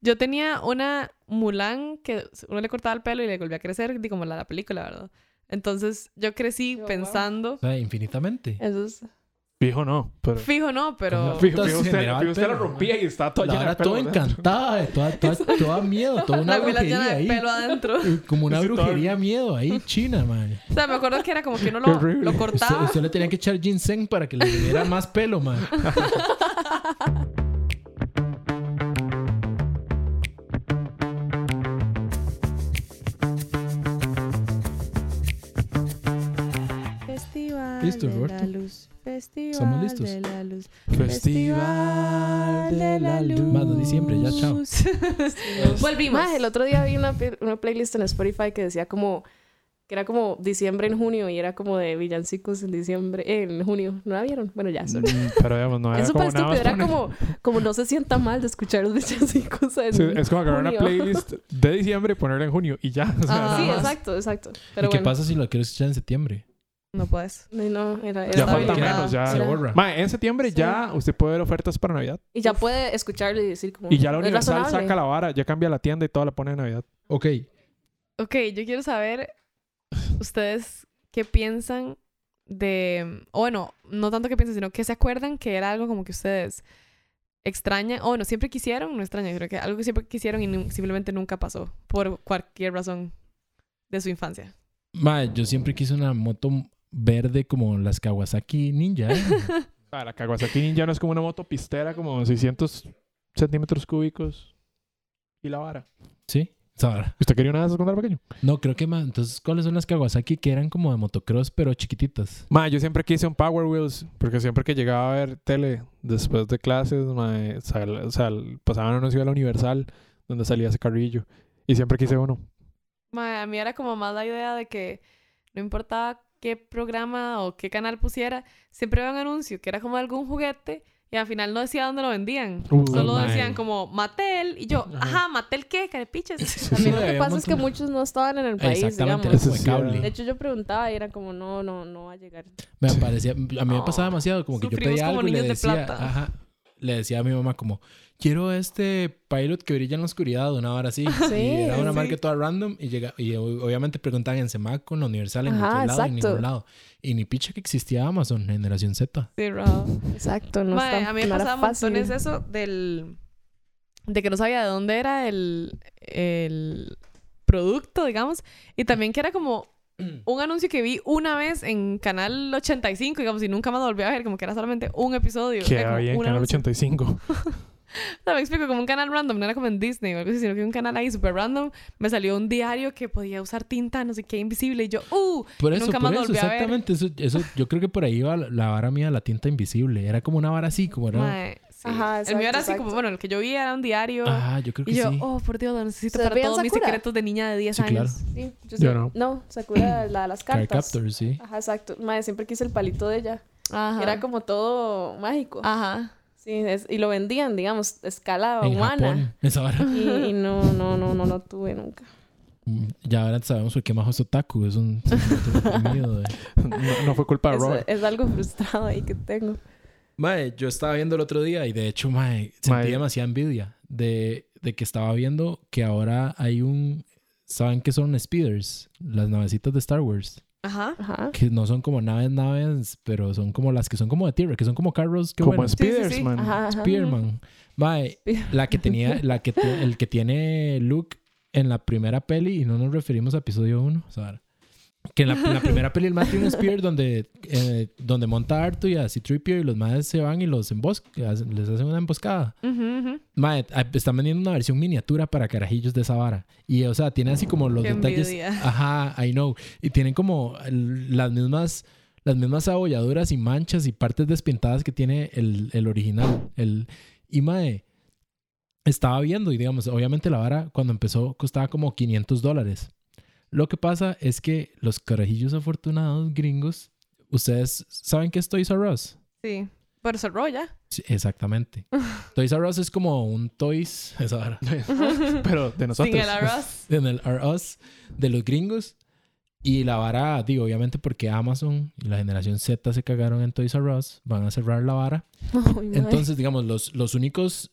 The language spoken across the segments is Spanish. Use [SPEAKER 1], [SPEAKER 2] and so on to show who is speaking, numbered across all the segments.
[SPEAKER 1] Yo tenía una Mulan que uno le cortaba el pelo y le volvía a crecer, di como la, la película, ¿verdad? Entonces yo crecí
[SPEAKER 2] Oh, wow.
[SPEAKER 1] pensando.
[SPEAKER 3] O sea,
[SPEAKER 2] Eh,
[SPEAKER 3] infinitamente.
[SPEAKER 1] eso es-
[SPEAKER 4] Fijo no, pero...
[SPEAKER 1] Fijo no, pero.
[SPEAKER 4] Fijo,
[SPEAKER 3] Entonces,
[SPEAKER 4] fijo usted,
[SPEAKER 3] generaba
[SPEAKER 4] fijo usted la
[SPEAKER 3] pelo,
[SPEAKER 4] rompía y estaba toda
[SPEAKER 3] La
[SPEAKER 4] llena de
[SPEAKER 3] verdad,
[SPEAKER 4] pelo.
[SPEAKER 3] todo
[SPEAKER 4] ¿verdad?
[SPEAKER 3] encantada, toda, toda, toda miedo, toda una
[SPEAKER 1] la abuela
[SPEAKER 3] brujería
[SPEAKER 1] llena de
[SPEAKER 3] ahí.
[SPEAKER 1] pelo adentro.
[SPEAKER 3] Eh, Como una
[SPEAKER 4] Sí, toda-
[SPEAKER 3] brujería miedo ahí, china, man.
[SPEAKER 1] O sea, me acuerdo que era como que uno
[SPEAKER 4] Qué
[SPEAKER 1] lo,
[SPEAKER 4] horrible.
[SPEAKER 1] lo
[SPEAKER 3] Usted,
[SPEAKER 1] cortaba.
[SPEAKER 3] usted le tenía que echar ginseng para que le diera más pelo, man.
[SPEAKER 1] Festival
[SPEAKER 3] Listo,
[SPEAKER 1] de
[SPEAKER 3] Roberto.
[SPEAKER 1] la luz. Festival
[SPEAKER 3] Estamos listos.
[SPEAKER 1] de la luz.
[SPEAKER 4] Festival de la luz.
[SPEAKER 3] Más de diciembre, ya, chao.
[SPEAKER 1] Volvimos.
[SPEAKER 2] Más, el otro día vi una, pe- una playlist en Spotify que decía como que era como diciembre en junio y era como de villancicos en diciembre, en junio. ¿No la vieron? Bueno, ya, sorry.
[SPEAKER 4] Mm, Pero digamos, no
[SPEAKER 2] Es
[SPEAKER 4] era
[SPEAKER 2] súper
[SPEAKER 4] como nada
[SPEAKER 2] estúpido,
[SPEAKER 4] más
[SPEAKER 2] era
[SPEAKER 4] poner-
[SPEAKER 2] como, como no se sienta mal de escuchar los villancicos en
[SPEAKER 4] Sí, es como agarrar una
[SPEAKER 2] junio.
[SPEAKER 4] playlist de diciembre y ponerla en junio y ya. O sea,
[SPEAKER 1] Ajá.
[SPEAKER 4] nada
[SPEAKER 2] Ah, Sí,
[SPEAKER 4] más.
[SPEAKER 2] exacto, exacto.
[SPEAKER 3] ¿Y
[SPEAKER 2] Pero
[SPEAKER 3] qué
[SPEAKER 2] bueno,
[SPEAKER 3] pasa si lo quiero escuchar en septiembre?
[SPEAKER 1] No puedes.
[SPEAKER 2] Ay, no, era, era
[SPEAKER 4] Ya
[SPEAKER 1] Está
[SPEAKER 4] falta
[SPEAKER 1] habilitada.
[SPEAKER 4] menos, ya.
[SPEAKER 3] Se
[SPEAKER 2] Era-
[SPEAKER 3] borra.
[SPEAKER 4] Mae, en septiembre
[SPEAKER 2] Sí.
[SPEAKER 4] ya usted puede ver ofertas para Navidad.
[SPEAKER 2] Y ya puede escucharlo y decir como...
[SPEAKER 4] Y ya la
[SPEAKER 2] "Es
[SPEAKER 4] Universal
[SPEAKER 2] razonable".
[SPEAKER 4] saca la vara, ya cambia la tienda y toda la pone de Navidad.
[SPEAKER 3] Ok,
[SPEAKER 1] Ok, yo quiero saber ustedes qué piensan de, o bueno, no tanto qué piensan, sino qué se acuerdan que era algo como que ustedes extrañan, o bueno, siempre quisieron, no extrañan, creo que algo que siempre quisieron y nu- simplemente nunca pasó por cualquier razón de su infancia.
[SPEAKER 3] Mae, yo siempre quise una moto verde como las Kawasaki Ninja. ¿eh?
[SPEAKER 4] Ah, la Kawasaki Ninja no es como una moto pistera, como 600 centímetros cúbicos y la vara.
[SPEAKER 3] sí. Sabra.
[SPEAKER 4] ¿Usted quería una de esas cuando era pequeño?
[SPEAKER 3] No, creo que más. Entonces, ¿cuáles son las Kawasaki que eran como de motocross, pero chiquititas?
[SPEAKER 4] Mae, yo siempre quise un Power Wheels, porque siempre que llegaba a ver tele después de clases, mae, sal- o sea, pasaban anuncio de la Universal, donde salía ese carrillo. Y siempre quise uno.
[SPEAKER 1] Ma, a mí era como más la idea de que no importaba qué programa o qué canal pusiera, siempre había un anuncio que era como algún juguete y al final no decía dónde lo vendían.
[SPEAKER 4] Uh,
[SPEAKER 1] Solo
[SPEAKER 3] mae.
[SPEAKER 1] decían como Mattel y yo,
[SPEAKER 4] Ajá.
[SPEAKER 1] ajá, Mattel qué, carepiches.
[SPEAKER 2] A mí lo
[SPEAKER 3] Sí,
[SPEAKER 2] que
[SPEAKER 3] había
[SPEAKER 2] pasa
[SPEAKER 3] un
[SPEAKER 2] es que
[SPEAKER 3] montón.
[SPEAKER 2] muchos no estaban en el país, digamos.
[SPEAKER 3] Exactamente, era como de
[SPEAKER 4] Eso sí era.
[SPEAKER 3] cable.
[SPEAKER 2] De hecho, yo preguntaba y era como, no, no, no va a llegar.
[SPEAKER 3] Me
[SPEAKER 4] Sí.
[SPEAKER 3] parecía, a mí me pasaba
[SPEAKER 1] Oh,
[SPEAKER 3] demasiado, como que yo
[SPEAKER 1] sufrimos
[SPEAKER 3] pedía
[SPEAKER 1] como
[SPEAKER 3] algo y le
[SPEAKER 1] niños de
[SPEAKER 3] decía,
[SPEAKER 1] plata.
[SPEAKER 3] ajá, le decía a mi mamá como, quiero este pilot que brilla en la oscuridad, una hora así.
[SPEAKER 2] Sí,
[SPEAKER 3] y era una
[SPEAKER 1] sí.
[SPEAKER 3] marca toda random y llega y ob- obviamente preguntaban en Semaco, en la Universal, en
[SPEAKER 2] Ajá,
[SPEAKER 3] otro lado, en
[SPEAKER 2] exacto.
[SPEAKER 3] ningún lado. Y ni picha que existía Amazon, generación Z.
[SPEAKER 1] Sí, Rob.
[SPEAKER 2] Exacto, no
[SPEAKER 1] Mae,
[SPEAKER 2] está,
[SPEAKER 1] a mí me
[SPEAKER 2] no era
[SPEAKER 1] pasaba montones
[SPEAKER 2] fácil.
[SPEAKER 1] eso del... De que no sabía de dónde era el, el producto, digamos. Y también que era como un anuncio que vi una vez en Canal 85, digamos, y nunca más lo volví a ver. Como que era solamente un episodio.
[SPEAKER 4] Que
[SPEAKER 1] era como
[SPEAKER 4] había en
[SPEAKER 1] un
[SPEAKER 4] Canal
[SPEAKER 1] anuncio.
[SPEAKER 4] 85.
[SPEAKER 1] O sea, me explico, como un canal random. No era como en Disney o algo así, sino que un canal ahí súper random. Me salió un diario que podía usar tinta, no sé qué, invisible. Y yo, ¡uh!
[SPEAKER 3] Por eso,
[SPEAKER 1] Nunca más
[SPEAKER 3] por eso,
[SPEAKER 1] volví a ver.
[SPEAKER 3] exactamente. Eso, eso, yo creo que por ahí iba la, la vara mía, la tinta invisible. Era como una vara así, como era.
[SPEAKER 1] Mae, sí.
[SPEAKER 2] Ajá,
[SPEAKER 1] el mío
[SPEAKER 2] exacto,
[SPEAKER 1] era así como,
[SPEAKER 2] exacto.
[SPEAKER 1] bueno, el que yo vi era un diario.
[SPEAKER 3] Ajá, yo Ah, creo que
[SPEAKER 1] Y yo,
[SPEAKER 3] sí.
[SPEAKER 1] oh, por Dios, lo necesito
[SPEAKER 2] ¿Ustedes
[SPEAKER 1] para
[SPEAKER 2] veían
[SPEAKER 1] todos mis
[SPEAKER 2] Sakura?
[SPEAKER 1] secretos de niña de 10
[SPEAKER 3] Sí, claro.
[SPEAKER 1] años.
[SPEAKER 2] Sí, yo,
[SPEAKER 4] Yo
[SPEAKER 2] sé-
[SPEAKER 4] no.
[SPEAKER 2] No, Sakura, la de las cartas.
[SPEAKER 3] Cardcaptor, sí.
[SPEAKER 2] Ajá, exacto. Mae, siempre quise el palito de ella.
[SPEAKER 1] Ajá.
[SPEAKER 2] Era como todo mágico.
[SPEAKER 1] Ajá.
[SPEAKER 2] Sí, es- y lo vendían, digamos, a escala
[SPEAKER 1] Ah,
[SPEAKER 3] En
[SPEAKER 2] humana.
[SPEAKER 3] Japón, esa vara.
[SPEAKER 2] Y, y no, no, no, no lo tuve nunca.
[SPEAKER 3] Mm, Ya ahora sabemos por qué Majo es otaku. Es un síndrome deprimido, eh.
[SPEAKER 4] No, no fue
[SPEAKER 3] Ah,
[SPEAKER 4] culpa de
[SPEAKER 2] Es,
[SPEAKER 4] Robert.
[SPEAKER 2] es algo frustrado ahí que tengo.
[SPEAKER 3] Mae, yo estaba viendo el otro día y de hecho, mae, sentí
[SPEAKER 4] Mae.
[SPEAKER 3] demasiada envidia de, de que estaba viendo que ahora hay un... ¿Saben qué son speeders? Las navecitas de Star Wars.
[SPEAKER 1] Ajá.
[SPEAKER 2] Ajá.
[SPEAKER 3] Que no son como naves, naves, pero son como las que son como de tierra, que son como carros. Que
[SPEAKER 4] Como
[SPEAKER 3] bueno,
[SPEAKER 1] sí,
[SPEAKER 4] Spiderman.
[SPEAKER 1] sí.
[SPEAKER 2] Ajá, ajá.
[SPEAKER 3] Spearman. Mae, la que tenía, la que te- el que tiene Luke en la primera peli, y no nos referimos a episodio 1, Que en la, en la primera peli el mae tiene un spear donde, eh, donde monta a Artu y a C-3PO y los madres se van y los emboscan, les hacen una emboscada.
[SPEAKER 1] Ujú, ujú.
[SPEAKER 3] Mae, a- están vendiendo una versión miniatura para carajillos de esa vara. Y, o sea, tiene así como los
[SPEAKER 1] Qué
[SPEAKER 3] detalles.
[SPEAKER 1] envidia.
[SPEAKER 3] Ajá, I know. Y tienen como el- las mismas. Las mismas abolladuras y manchas y partes despintadas que tiene el, el original. El, y mae, estaba viendo y digamos, obviamente la vara cuando empezó costaba como 500 dólares. Lo que pasa es que los carajillos afortunados gringos, ustedes saben que es Toys R Us.
[SPEAKER 1] Sí. Pero se rolla.
[SPEAKER 3] Sí, exactamente. Toys R Us es como un Toys, esa vara,
[SPEAKER 4] Pero de
[SPEAKER 1] Sin
[SPEAKER 4] nosotros.
[SPEAKER 1] el arroz.
[SPEAKER 3] en el R Us de los gringos. Y la vara, digo, obviamente porque Amazon y la generación Z se cagaron en Toys R Us, van a cerrar la vara.
[SPEAKER 2] Ay, mae.
[SPEAKER 3] Entonces, digamos, los, los únicos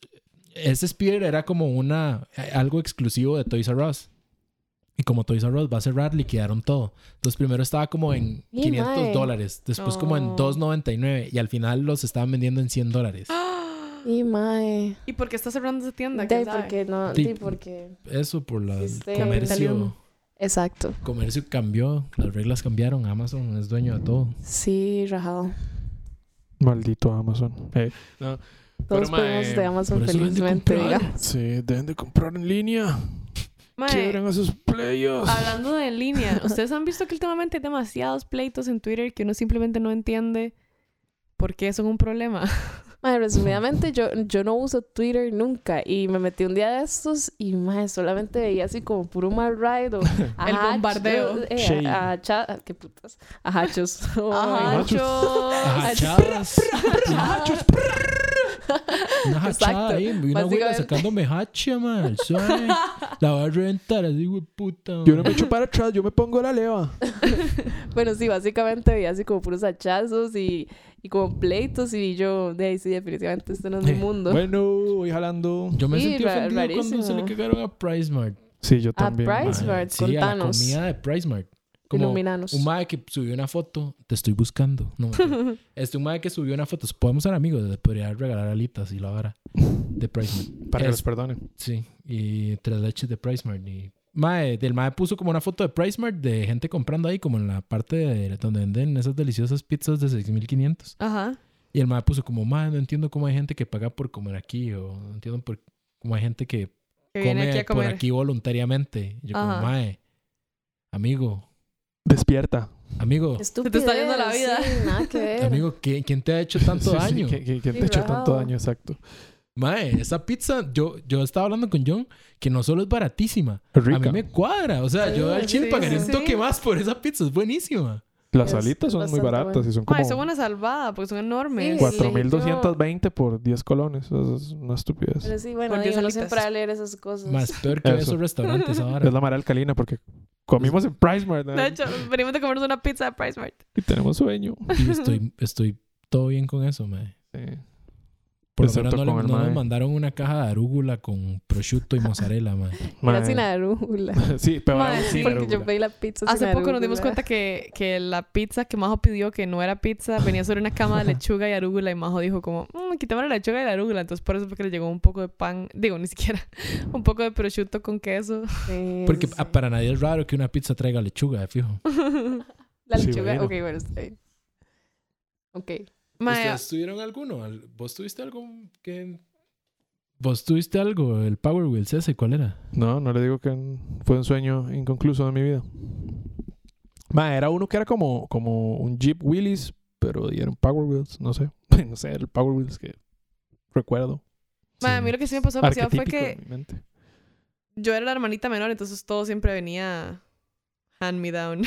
[SPEAKER 3] Este speeder era como una algo exclusivo de Toys R Us. Y como Toys R Us va a cerrar, liquidaron todo. Entonces primero estaba como en
[SPEAKER 2] Y,
[SPEAKER 3] 500
[SPEAKER 2] mae.
[SPEAKER 3] dólares, después como en
[SPEAKER 1] No.
[SPEAKER 3] 2.99 y al final los estaban vendiendo en 100 dólares.
[SPEAKER 2] Y mae.
[SPEAKER 1] ¿Y por qué está cerrando esa tienda?
[SPEAKER 2] De
[SPEAKER 1] ¿Quién sabe?
[SPEAKER 2] porque no,
[SPEAKER 3] Sí.
[SPEAKER 2] de porque.
[SPEAKER 3] Eso por la- el
[SPEAKER 2] Sistema
[SPEAKER 3] comercio.
[SPEAKER 1] capitalismo.
[SPEAKER 2] Exacto.
[SPEAKER 3] Comercio cambió, las reglas cambiaron, Amazon es dueño de todo.
[SPEAKER 2] Sí, rajado.
[SPEAKER 4] Maldito Amazon. Eh, no.
[SPEAKER 2] Todos
[SPEAKER 4] Pero, mae,
[SPEAKER 2] podemos de Amazon
[SPEAKER 3] por eso vende
[SPEAKER 2] felizmente,
[SPEAKER 3] comprar.
[SPEAKER 2] digamos.
[SPEAKER 4] Sí, deben de comprar en línea.
[SPEAKER 1] Mae,
[SPEAKER 4] Quiebran a sus playos.
[SPEAKER 1] hablando de en línea, ¿ustedes han visto que últimamente hay demasiados pleitos en Twitter que uno simplemente no entiende por qué son un problema?
[SPEAKER 2] Mae, resumidamente, yo, yo no uso Twitter nunca y me metí un día de estos y mae, solamente veía así como puro mal ride o ajá,
[SPEAKER 1] bombardeo.
[SPEAKER 2] ch- eh,
[SPEAKER 4] Shade.
[SPEAKER 2] a- ajá, cha- qué putas. Ajachos. Oh,
[SPEAKER 1] Ajá,
[SPEAKER 2] mae.
[SPEAKER 4] machos.
[SPEAKER 1] yo-
[SPEAKER 3] Hachadas. Una hachada
[SPEAKER 2] Exacto,
[SPEAKER 3] ahí, y una abuela
[SPEAKER 2] básicamente.
[SPEAKER 3] sacándome hacha, man. suave. La va a reventar así, güey, puta.
[SPEAKER 4] Yo no
[SPEAKER 3] man.
[SPEAKER 4] me echo para atrás, yo me pongo la leva.
[SPEAKER 2] Bueno, sí, básicamente veía así como puros hachazos y, y como pleitos y yo, de ahí sí, definitivamente este no es mi
[SPEAKER 3] Eh,
[SPEAKER 2] mundo.
[SPEAKER 4] Bueno, voy jalando.
[SPEAKER 3] Yo me
[SPEAKER 2] Sí,
[SPEAKER 3] sentí
[SPEAKER 2] ra-
[SPEAKER 3] ofendido cuando se le
[SPEAKER 2] rarísimo.
[SPEAKER 3] cagaron a Pricemart.
[SPEAKER 4] Sí, yo
[SPEAKER 2] A
[SPEAKER 4] también.
[SPEAKER 2] Price
[SPEAKER 4] madre.
[SPEAKER 2] Mart,
[SPEAKER 3] Sí, a la
[SPEAKER 2] contanos.
[SPEAKER 3] comida de Pricemart. Como
[SPEAKER 2] Iluminanos.
[SPEAKER 3] un mae que subió una foto, te estoy buscando. No, mentira. este un mae que subió una foto, podemos ser amigos, le podría regalar alitas y la vara de Pricemart.
[SPEAKER 4] Para que
[SPEAKER 3] Es-
[SPEAKER 4] los perdonen.
[SPEAKER 3] Sí, y tres leches de Pricemart. Y mae, del mae puso como una foto de Pricemart de gente comprando ahí, como en la parte de- donde venden esas deliciosas pizzas de 6500.
[SPEAKER 1] Ajá.
[SPEAKER 3] Y el mae puso como, mae, no entiendo cómo hay gente que paga por comer aquí, o no entiendo por cómo hay gente que
[SPEAKER 1] Que viene
[SPEAKER 3] come
[SPEAKER 1] aquí a
[SPEAKER 3] por
[SPEAKER 1] comer.
[SPEAKER 3] aquí voluntariamente. Yo
[SPEAKER 1] Ajá.
[SPEAKER 3] como, mae, amigo,
[SPEAKER 4] Despierta.
[SPEAKER 3] amigo,
[SPEAKER 2] Estúpido.
[SPEAKER 1] te está yendo la vida.
[SPEAKER 2] Sí, nada que ver.
[SPEAKER 3] amigo, ¿qué- ¿quién te ha hecho tanto
[SPEAKER 4] Sí, sí,
[SPEAKER 3] daño?
[SPEAKER 4] ¿Quién quién- quién te
[SPEAKER 2] Sí,
[SPEAKER 4] ha hecho tanto
[SPEAKER 2] rajado.
[SPEAKER 4] daño? Exacto.
[SPEAKER 3] Mae, esa pizza, yo, yo estaba hablando con John, que no solo es baratísima,
[SPEAKER 4] Rica.
[SPEAKER 3] a mí me cuadra. O sea,
[SPEAKER 2] Sí,
[SPEAKER 3] yo al chile
[SPEAKER 1] sí,
[SPEAKER 3] pagaría
[SPEAKER 1] sí,
[SPEAKER 3] un
[SPEAKER 1] sí.
[SPEAKER 3] toque más por esa pizza, es buenísima.
[SPEAKER 4] Las
[SPEAKER 2] Es
[SPEAKER 4] alitas son muy
[SPEAKER 2] bastante
[SPEAKER 4] baratas
[SPEAKER 2] bueno.
[SPEAKER 4] y son
[SPEAKER 1] Mae,
[SPEAKER 4] como
[SPEAKER 1] son una salvada porque son enormes.
[SPEAKER 2] Sí.
[SPEAKER 4] 4.220 por 10 colones. Eso es una estupidez.
[SPEAKER 2] Pero sí, bueno,
[SPEAKER 1] Por diez
[SPEAKER 2] digo, uno
[SPEAKER 1] alitas.
[SPEAKER 2] siempre va a leer esas cosas.
[SPEAKER 3] Más peor que
[SPEAKER 4] Eso.
[SPEAKER 3] esos restaurantes ahora.
[SPEAKER 4] Es la mara alcalina porque comimos en Price Mart ¿no?
[SPEAKER 1] De hecho, venimos a comernos una pizza de Price Mart.
[SPEAKER 4] y tenemos sueño.
[SPEAKER 3] Y estoy, estoy todo bien con eso, mae.
[SPEAKER 4] Sí.
[SPEAKER 3] Por lo menos
[SPEAKER 4] Excepto
[SPEAKER 3] no, le-
[SPEAKER 4] con el
[SPEAKER 3] no
[SPEAKER 4] mae.
[SPEAKER 3] nos mandaron una caja de arúgula con prosciutto y mozzarella, mae.
[SPEAKER 2] Era
[SPEAKER 4] Mae.
[SPEAKER 2] sin arúgula.
[SPEAKER 4] Sí, pero
[SPEAKER 1] Mae,
[SPEAKER 4] aún
[SPEAKER 1] sí,
[SPEAKER 4] sin
[SPEAKER 2] porque yo
[SPEAKER 4] arúgula.
[SPEAKER 2] pedí la pizza sin
[SPEAKER 1] Hace poco
[SPEAKER 2] arúgula.
[SPEAKER 1] nos dimos cuenta que, que la pizza que Majo pidió, que no era pizza, venía sobre una cama de lechuga y arúgula. Y Majo dijo como, mmm, quitame la lechuga y la arúgula. Entonces por eso fue que le llegó un poco de pan, digo, ni siquiera, un poco de prosciutto con queso.
[SPEAKER 2] Sí,
[SPEAKER 3] Porque
[SPEAKER 2] sí, sí.
[SPEAKER 3] ah, para nadie es raro que una pizza traiga lechuga, de fijo.
[SPEAKER 2] La
[SPEAKER 4] Sí,
[SPEAKER 2] lechuga.
[SPEAKER 4] bueno.
[SPEAKER 2] Ok, bueno, está bien. Ok.
[SPEAKER 1] Mae,
[SPEAKER 3] tuvieron alguno? ¿Vos tuviste algo que...? ¿Vos tuviste algo? El Power Wheels ese, ¿cuál era?
[SPEAKER 4] No, no le digo que fue un sueño inconcluso de mi vida. Ma, era uno que era como, como un Jeep Willys, pero dieron Power Wheels, no sé. no sé, el Power Wheels que recuerdo.
[SPEAKER 1] mae, a mí lo que sí me pasó demasiado fue
[SPEAKER 4] Arquetípico
[SPEAKER 1] que
[SPEAKER 4] en mi mente.
[SPEAKER 1] yo era la hermanita menor, entonces todo siempre venía hand me down.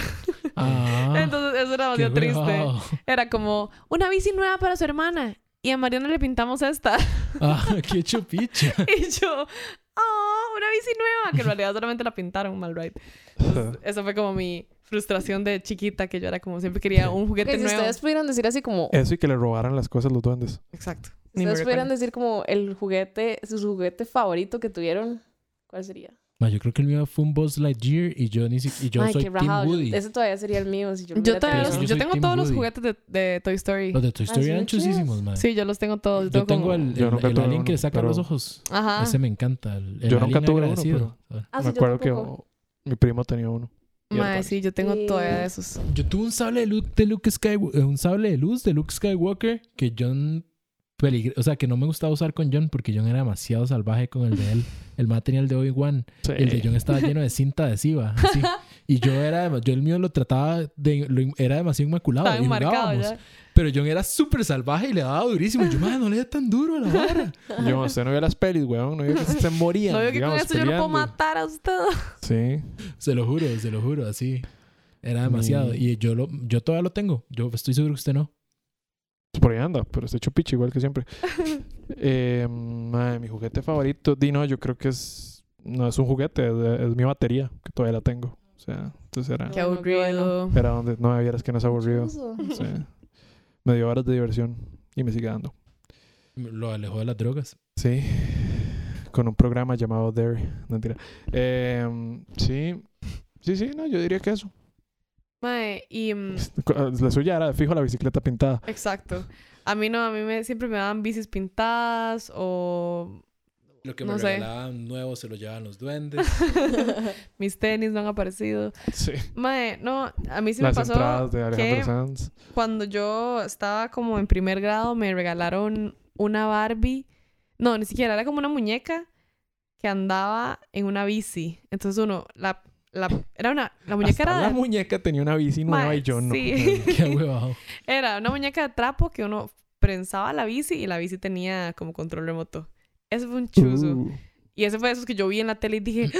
[SPEAKER 3] Ah,
[SPEAKER 1] entonces eso era
[SPEAKER 3] qué
[SPEAKER 1] demasiado triste.
[SPEAKER 3] bravo.
[SPEAKER 1] Era como, una bici nueva para su hermana. Y a Mariana le pintamos esta.
[SPEAKER 3] Ah, qué chupicha.
[SPEAKER 1] y yo, ¡oh, una bici nueva! Que en realidad solamente la pintaron mal, right? Pues, Esa fue como mi frustración de chiquita, que yo era como siempre quería un
[SPEAKER 2] Ok,
[SPEAKER 1] juguete
[SPEAKER 2] si
[SPEAKER 1] nuevo.
[SPEAKER 2] ustedes pudieran decir así como...
[SPEAKER 4] Eso y que le robaran las cosas los duendes.
[SPEAKER 1] Exacto.
[SPEAKER 2] si
[SPEAKER 1] Ni me
[SPEAKER 2] ustedes pudieran
[SPEAKER 1] recuerdo.
[SPEAKER 2] decir como el juguete, su juguete favorito que tuvieron, ¿cuál sería?
[SPEAKER 3] Ma, yo creo que el mío fue un Buzz Lightyear y yo ni si- y yo
[SPEAKER 2] Ay,
[SPEAKER 3] soy
[SPEAKER 2] qué
[SPEAKER 3] Team
[SPEAKER 2] rajado.
[SPEAKER 3] Woody.
[SPEAKER 2] Ese todavía sería el mío si yo lo
[SPEAKER 1] Yo,
[SPEAKER 2] hubiera
[SPEAKER 1] todavía
[SPEAKER 2] tenido.
[SPEAKER 1] los-
[SPEAKER 3] Yo
[SPEAKER 1] yo
[SPEAKER 3] soy
[SPEAKER 1] tengo
[SPEAKER 3] Team
[SPEAKER 1] todos los
[SPEAKER 3] Woody.
[SPEAKER 1] juguetes de, de Toy Story.
[SPEAKER 3] Los de Toy Story
[SPEAKER 2] son
[SPEAKER 3] eran
[SPEAKER 2] chidos.
[SPEAKER 3] chusísimos, man.
[SPEAKER 1] Sí, yo los tengo todos. Yo Ah. tengo,
[SPEAKER 3] yo tengo
[SPEAKER 1] como-
[SPEAKER 3] el, el,
[SPEAKER 4] Yo nunca
[SPEAKER 3] el
[SPEAKER 4] tuve
[SPEAKER 3] alien que
[SPEAKER 4] uno,
[SPEAKER 3] le saca
[SPEAKER 4] pero-
[SPEAKER 3] los ojos.
[SPEAKER 1] Ajá.
[SPEAKER 3] Ese me encanta. El, el
[SPEAKER 4] Yo nunca
[SPEAKER 3] alien
[SPEAKER 4] tuve uno,
[SPEAKER 3] agradecido.
[SPEAKER 2] Ah, sí,
[SPEAKER 4] Me
[SPEAKER 2] yo
[SPEAKER 4] acuerdo que
[SPEAKER 2] tampoco.
[SPEAKER 4] oh, mi primo tenía uno. Y era
[SPEAKER 1] Mae,
[SPEAKER 4] padre.
[SPEAKER 1] sí, yo tengo
[SPEAKER 2] Sí.
[SPEAKER 1] todavía de esos.
[SPEAKER 3] Yo tuve un sable de luz de Luke Skywalker, un sable de luz de Luke Skywalker que John peligr- o sea, que no me gustaba usar con John porque John era demasiado salvaje con el de él. El material de Obi-Wan.
[SPEAKER 4] Sí.
[SPEAKER 3] El de John estaba lleno de cinta adhesiva. así. Y yo era, dem- yo el mío lo trataba de, lo- era demasiado inmaculado.
[SPEAKER 1] Estaban
[SPEAKER 3] y
[SPEAKER 1] marcados
[SPEAKER 3] jugábamos.
[SPEAKER 1] ya.
[SPEAKER 3] Pero John era súper salvaje y le daba durísimo. Y yo, madre, no le dé tan duro a la vara.
[SPEAKER 4] Yo, usted no vio las pelis, weón. No vio que se morían.
[SPEAKER 1] No veo que con
[SPEAKER 4] digamos,
[SPEAKER 1] eso yo lo puedo
[SPEAKER 4] peleando.
[SPEAKER 1] matar a usted.
[SPEAKER 4] Sí.
[SPEAKER 3] Se lo juro, se lo juro, así. Era demasiado.
[SPEAKER 4] Mm.
[SPEAKER 3] Y yo lo, yo todavía lo tengo. Yo estoy seguro que usted no.
[SPEAKER 4] Pues Por ahí anda, pero está hecho pichi igual que siempre. Eh, mae, mi juguete favorito, Dino, yo creo que es. No es un juguete, es, es mi batería, que todavía la tengo. O sea, entonces era,
[SPEAKER 1] Qué
[SPEAKER 2] Qué bueno, qué
[SPEAKER 1] aburrido.
[SPEAKER 2] bueno.
[SPEAKER 4] era donde no me vieras que no es aburrido.
[SPEAKER 2] Incluso.
[SPEAKER 4] O sea, me dio horas de diversión y me sigue dando.
[SPEAKER 3] Lo alejó de las drogas.
[SPEAKER 4] Sí. con un programa llamado Dare. No, Mentira. Eh, sí, sí, sí, no, yo diría que eso. ah,
[SPEAKER 1] Mae, y. mm,
[SPEAKER 4] La suya era fijo la bicicleta pintada.
[SPEAKER 1] exacto. A mí no, a mí me, siempre me daban bicis pintadas o
[SPEAKER 3] Lo que
[SPEAKER 1] No
[SPEAKER 3] me
[SPEAKER 1] sé.
[SPEAKER 3] regalaban nuevo se lo llevaban los duendes.
[SPEAKER 1] mis tenis no han aparecido.
[SPEAKER 4] Sí.
[SPEAKER 1] Mae, no, a mí sí
[SPEAKER 4] Las
[SPEAKER 1] me pasó.
[SPEAKER 4] entradas de Alejandro
[SPEAKER 1] que-
[SPEAKER 4] Sanz.
[SPEAKER 1] Cuando yo estaba como en primer grado, me regalaron una Barbie. No, ni siquiera, era como una muñeca que andaba en una bici. Entonces uno, la, la, era una, la muñeca
[SPEAKER 4] Hasta
[SPEAKER 1] era...
[SPEAKER 4] la
[SPEAKER 1] de-
[SPEAKER 4] muñeca tenía una bici nueva
[SPEAKER 1] Mae,
[SPEAKER 4] y yo no.
[SPEAKER 1] sí.
[SPEAKER 3] Qué huevado.
[SPEAKER 1] Era una muñeca de trapo que uno prensaba la bici y la bici tenía como control remoto. Ese fue un chuzo.
[SPEAKER 4] Uh,
[SPEAKER 1] Y ese fue de esos que yo vi en la tele y dije...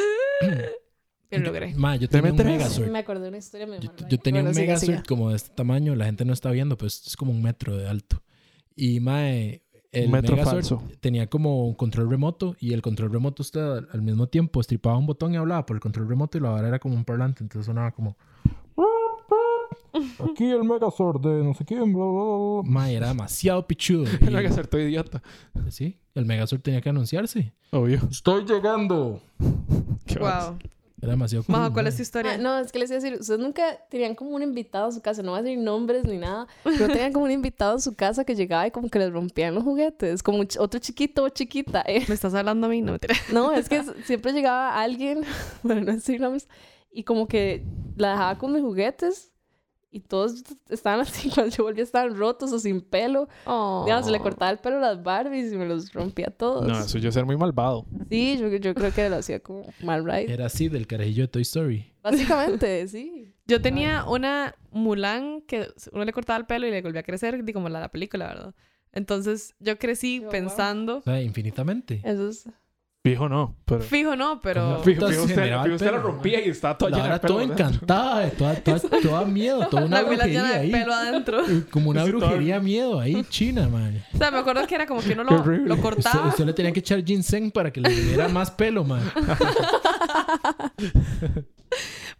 [SPEAKER 1] Pero logré.
[SPEAKER 3] Ma, yo tenía
[SPEAKER 4] Deme
[SPEAKER 3] un
[SPEAKER 4] tres.
[SPEAKER 3] Megazord.
[SPEAKER 2] Me acordé de una historia
[SPEAKER 3] Yo,
[SPEAKER 2] memorable.
[SPEAKER 3] yo tenía
[SPEAKER 2] Bueno,
[SPEAKER 3] un
[SPEAKER 2] siga,
[SPEAKER 3] Megazord
[SPEAKER 2] siga.
[SPEAKER 3] como de este tamaño, la gente no está viendo, pero es como un metro de alto. Y mae, el
[SPEAKER 4] un metro
[SPEAKER 3] Megazord
[SPEAKER 4] falso.
[SPEAKER 3] tenía como un control remoto y el control remoto usted al, al mismo tiempo estripaba un botón y hablaba por el control remoto y la vara era como un parlante, entonces sonaba como... Aquí el Megazord de no sé quién, bla, bla, bla. Mae, era demasiado pichudo.
[SPEAKER 4] El
[SPEAKER 3] Y-
[SPEAKER 4] Megazord, todo idiota.
[SPEAKER 3] sí, el Megazord tenía que anunciarse.
[SPEAKER 4] Obvio.
[SPEAKER 3] ¡Estoy llegando!
[SPEAKER 4] Qué vas.
[SPEAKER 1] Wow.
[SPEAKER 3] Era demasiado
[SPEAKER 1] Majo,
[SPEAKER 3] cool,
[SPEAKER 1] ¿cuál
[SPEAKER 3] mae.
[SPEAKER 1] es tu historia?
[SPEAKER 2] Ah, no, es que les iba a decir, ustedes nunca tenían como un invitado a su casa, no voy a decir nombres ni nada, pero tenían como un invitado a su casa que llegaba y como que les rompían los juguetes, como un ch- otro chiquito o chiquita. eh.
[SPEAKER 1] ¿Me estás hablando a mí? No, mentira.
[SPEAKER 2] No, es que s- siempre llegaba alguien, bueno, no decir nombres, y como que la dejaba con mis juguetes y todos estaban así, cuando yo volví estaban rotos o sin pelo. Digamos, se le cortaba el pelo a las Barbies y me los rompía a todos.
[SPEAKER 4] No, eso yo ser muy malvado.
[SPEAKER 2] Sí, yo, yo creo que lo hacía como mal
[SPEAKER 4] Eh.
[SPEAKER 2] right.
[SPEAKER 3] Era así, del carajillo de Toy Story.
[SPEAKER 2] Básicamente, sí.
[SPEAKER 1] Yo tenía una Mulan que uno le cortaba el pelo y le volvía a crecer, di como la, la película, ¿verdad? Entonces yo crecí
[SPEAKER 2] Oh, wow.
[SPEAKER 1] pensando,
[SPEAKER 3] O sea, infinitamente.
[SPEAKER 2] Eso es...
[SPEAKER 4] Fijo no, pero...
[SPEAKER 1] fijo no, pero
[SPEAKER 3] Fijo,
[SPEAKER 4] Fijo,
[SPEAKER 3] Entonces,
[SPEAKER 4] fijo, usted,
[SPEAKER 3] generaba
[SPEAKER 4] fijo, usted la
[SPEAKER 3] pelo,
[SPEAKER 4] rompía y estaba toda
[SPEAKER 3] La
[SPEAKER 4] llena de
[SPEAKER 3] vara
[SPEAKER 4] pelo,
[SPEAKER 3] toda
[SPEAKER 4] ¿verdad?
[SPEAKER 3] encantada, toda, toda, toda miedo, toda una
[SPEAKER 1] la abuela
[SPEAKER 3] brujería
[SPEAKER 1] llena de
[SPEAKER 3] ahí. Eh,
[SPEAKER 1] pelo adentro.
[SPEAKER 3] Como una
[SPEAKER 4] Sí, toda-
[SPEAKER 3] brujería miedo ahí, china, man.
[SPEAKER 1] O sea, me acuerdo que era como que uno
[SPEAKER 4] Qué
[SPEAKER 1] lo,
[SPEAKER 4] horrible.
[SPEAKER 1] lo
[SPEAKER 3] Usted,
[SPEAKER 1] cortaba.
[SPEAKER 3] usted le tenía que echar ginseng para que le diera más pelo, man.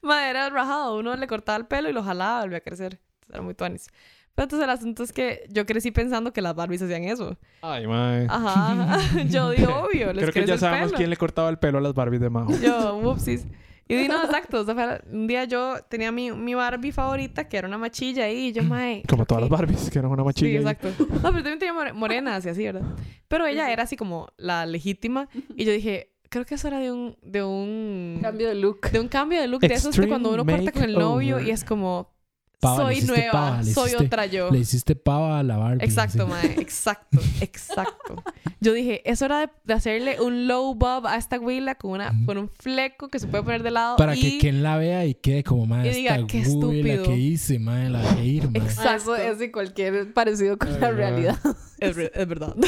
[SPEAKER 1] Madre, era rajado. Uno le cortaba el pelo y lo jalaba, volvía a crecer. Era muy tuanis. Pero entonces el asunto es que yo crecí pensando que las Barbies hacían eso.
[SPEAKER 4] Ay, mae.
[SPEAKER 1] Ah, Ajá. Yo di obvio, les
[SPEAKER 4] Creo que
[SPEAKER 1] crece
[SPEAKER 4] ya
[SPEAKER 1] el
[SPEAKER 4] sabemos
[SPEAKER 1] pelo.
[SPEAKER 4] quién le cortaba el pelo a las Barbies de Majo.
[SPEAKER 1] Yo, whoopsies. Y di, no, exacto. o sea, fuera- un día yo tenía mi, mi Barbie favorita, que era una machilla ahí, y yo, mae.
[SPEAKER 4] Como todas las
[SPEAKER 1] barbies
[SPEAKER 4] Barbies, que eran una machilla.
[SPEAKER 1] Sí,
[SPEAKER 4] ahí.
[SPEAKER 1] exacto. No, pero también tenía more- morenas y así, ¿verdad? Pero ella era así como la legítima. Y yo dije, creo que eso era de un. De un
[SPEAKER 2] Cambio de look.
[SPEAKER 1] de un cambio de look de esos de
[SPEAKER 4] Extreme
[SPEAKER 1] cuando uno corta con el novio
[SPEAKER 4] makeover.
[SPEAKER 1] y es como
[SPEAKER 3] Pava, le
[SPEAKER 1] soy
[SPEAKER 3] hiciste
[SPEAKER 1] nueva,
[SPEAKER 3] pava, le
[SPEAKER 1] soy
[SPEAKER 3] hiciste-
[SPEAKER 1] otra yo.
[SPEAKER 3] Le hiciste pava a la Barbie.
[SPEAKER 1] Exacto,
[SPEAKER 3] sí.
[SPEAKER 1] mae, exacto, exacto. Yo dije, es hora de, de hacerle un low bob a esta güila con una con un fleco que se puede poner de lado
[SPEAKER 3] Para que
[SPEAKER 1] y
[SPEAKER 3] quien la vea y quede como, man,
[SPEAKER 1] y
[SPEAKER 3] esta
[SPEAKER 1] diga, qué
[SPEAKER 3] güey, la
[SPEAKER 1] estúpido.
[SPEAKER 3] que hice, man, la dejé ir, man.
[SPEAKER 1] Exacto.
[SPEAKER 2] Ah, Eso es de cualquier parecido con la
[SPEAKER 4] Ay,
[SPEAKER 2] realidad.
[SPEAKER 1] es, ver- es verdad.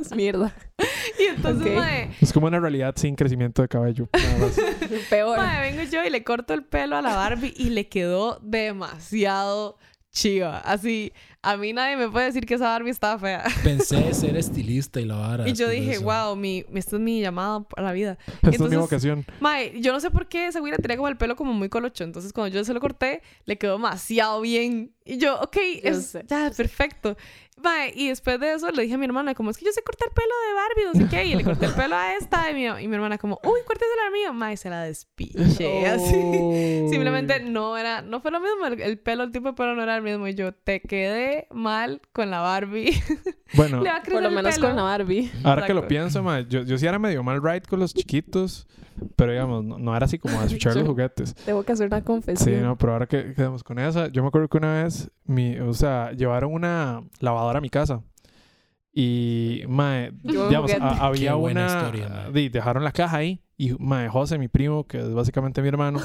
[SPEAKER 2] Es mierda.
[SPEAKER 1] y entonces,
[SPEAKER 2] Ok.
[SPEAKER 1] mae,
[SPEAKER 4] Es como una realidad sin crecimiento de cabello. nada más.
[SPEAKER 2] Peor.
[SPEAKER 1] mae, vengo yo y le corto el pelo a la Barbie y le quedó demasiado chiva. Así, a mí nadie me puede decir que esa Barbie estaba fea.
[SPEAKER 3] Pensé ser estilista y la vara.
[SPEAKER 1] Y yo
[SPEAKER 3] por
[SPEAKER 1] dije,
[SPEAKER 3] eso.
[SPEAKER 1] wow, mi, esta es mi llamada a la vida.
[SPEAKER 4] Esta es mi
[SPEAKER 1] Entonces-
[SPEAKER 4] vocación.
[SPEAKER 1] Mae, yo no sé por qué esa güira tenía como el pelo como muy colocho. Entonces, cuando yo se lo corté, le quedó demasiado bien. Y yo, ok,
[SPEAKER 2] Yo
[SPEAKER 1] es
[SPEAKER 2] sé.
[SPEAKER 1] ya, perfecto. Mae, y después de eso le dije a mi hermana, como es que yo sé cortar pelo de Barbie, no sé qué. Y le corté el pelo a esta. Y mi, y mi hermana, como, uy, córtesela la mía. Mae, se la despiche. eh,
[SPEAKER 2] Oh.
[SPEAKER 1] Así.
[SPEAKER 4] Oh.
[SPEAKER 1] Simplemente no era, no fue lo mismo. El, el pelo, el tipo de pelo no era el mismo. Y yo, te quedé mal con la Barbie.
[SPEAKER 4] Bueno,
[SPEAKER 1] le va a crecer
[SPEAKER 2] Por lo
[SPEAKER 1] el
[SPEAKER 2] menos
[SPEAKER 1] pelo.
[SPEAKER 2] con la Barbie.
[SPEAKER 4] ahora que
[SPEAKER 1] Exacto.
[SPEAKER 4] lo pienso, mae, yo, yo sí era medio mal right con los chiquitos, pero digamos, no, no era así como a escuchar los
[SPEAKER 2] Yo-
[SPEAKER 4] juguetes.
[SPEAKER 2] Tengo que hacer una
[SPEAKER 4] Sí,
[SPEAKER 2] confesión.
[SPEAKER 4] no, pero ahora que quedamos con esa, yo me acuerdo que una vez, mi, o sea, llevaron una lavadora a mi casa. Y, mae,
[SPEAKER 2] Yo
[SPEAKER 4] digamos,
[SPEAKER 2] juguete.
[SPEAKER 4] a- había
[SPEAKER 3] Qué buena
[SPEAKER 4] una.
[SPEAKER 3] historia, mae.
[SPEAKER 4] di- dejaron la caja ahí. Y, mae, José, mi primo, que es básicamente mi hermano,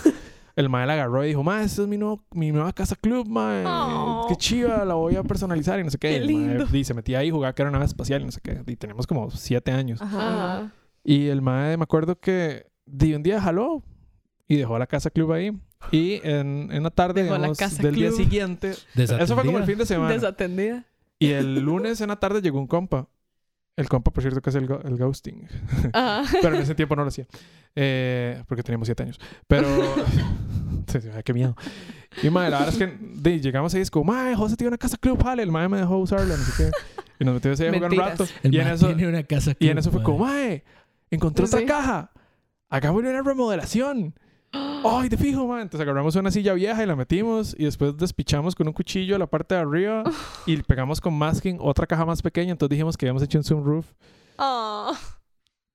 [SPEAKER 4] el mae la agarró y dijo, mae, esta es mi, nuevo- mi nueva casa club, mae.
[SPEAKER 1] Oh.
[SPEAKER 4] Qué chiva, la voy a personalizar y no sé qué.
[SPEAKER 1] Qué
[SPEAKER 4] Y el mae,
[SPEAKER 1] lindo.
[SPEAKER 4] di, se metía ahí, jugaba que era una nave espacial y no sé qué. Y tenemos como siete años.
[SPEAKER 2] Ajá.
[SPEAKER 1] Ajá.
[SPEAKER 4] Y el mae, me acuerdo que di, un día jaló y dejó la casa club ahí. Y en, en la tarde
[SPEAKER 1] Dejó la
[SPEAKER 4] digamos,
[SPEAKER 1] casa
[SPEAKER 4] del día
[SPEAKER 1] club.
[SPEAKER 4] siguiente, eso fue como
[SPEAKER 3] Desatendida.
[SPEAKER 4] el fin de semana.
[SPEAKER 1] Desatendida.
[SPEAKER 4] y el lunes en la tarde llegó un compa. El compa, por cierto, que es el, go- el ghosting.
[SPEAKER 1] Ajá.
[SPEAKER 4] Pero en ese tiempo no lo hacía. Eh, porque teníamos siete años. Pero. Sí, sí, ay, qué miedo. Y madre, la verdad es que di, llegamos ahí y es como, madre, José tiene una casa club, jale. El madre me dejó usarla, no sé qué. Y nos metimos ahí a jugar un
[SPEAKER 1] Mentiras.
[SPEAKER 4] rato.
[SPEAKER 3] El
[SPEAKER 4] y en
[SPEAKER 3] mae
[SPEAKER 4] eso.
[SPEAKER 3] tiene una casa
[SPEAKER 4] Y en
[SPEAKER 3] club,
[SPEAKER 4] eso fue
[SPEAKER 3] mae.
[SPEAKER 4] como, mae, encontré otra
[SPEAKER 1] eh. Sí.
[SPEAKER 4] caja. Hagámosle una remodelación. ¡Ay, de fijo, man! Entonces agarramos una silla vieja y la metimos y después despichamos con un cuchillo la parte de arriba y le pegamos con masking otra caja más pequeña. Entonces dijimos que habíamos hecho un zoom roof.
[SPEAKER 1] Ah.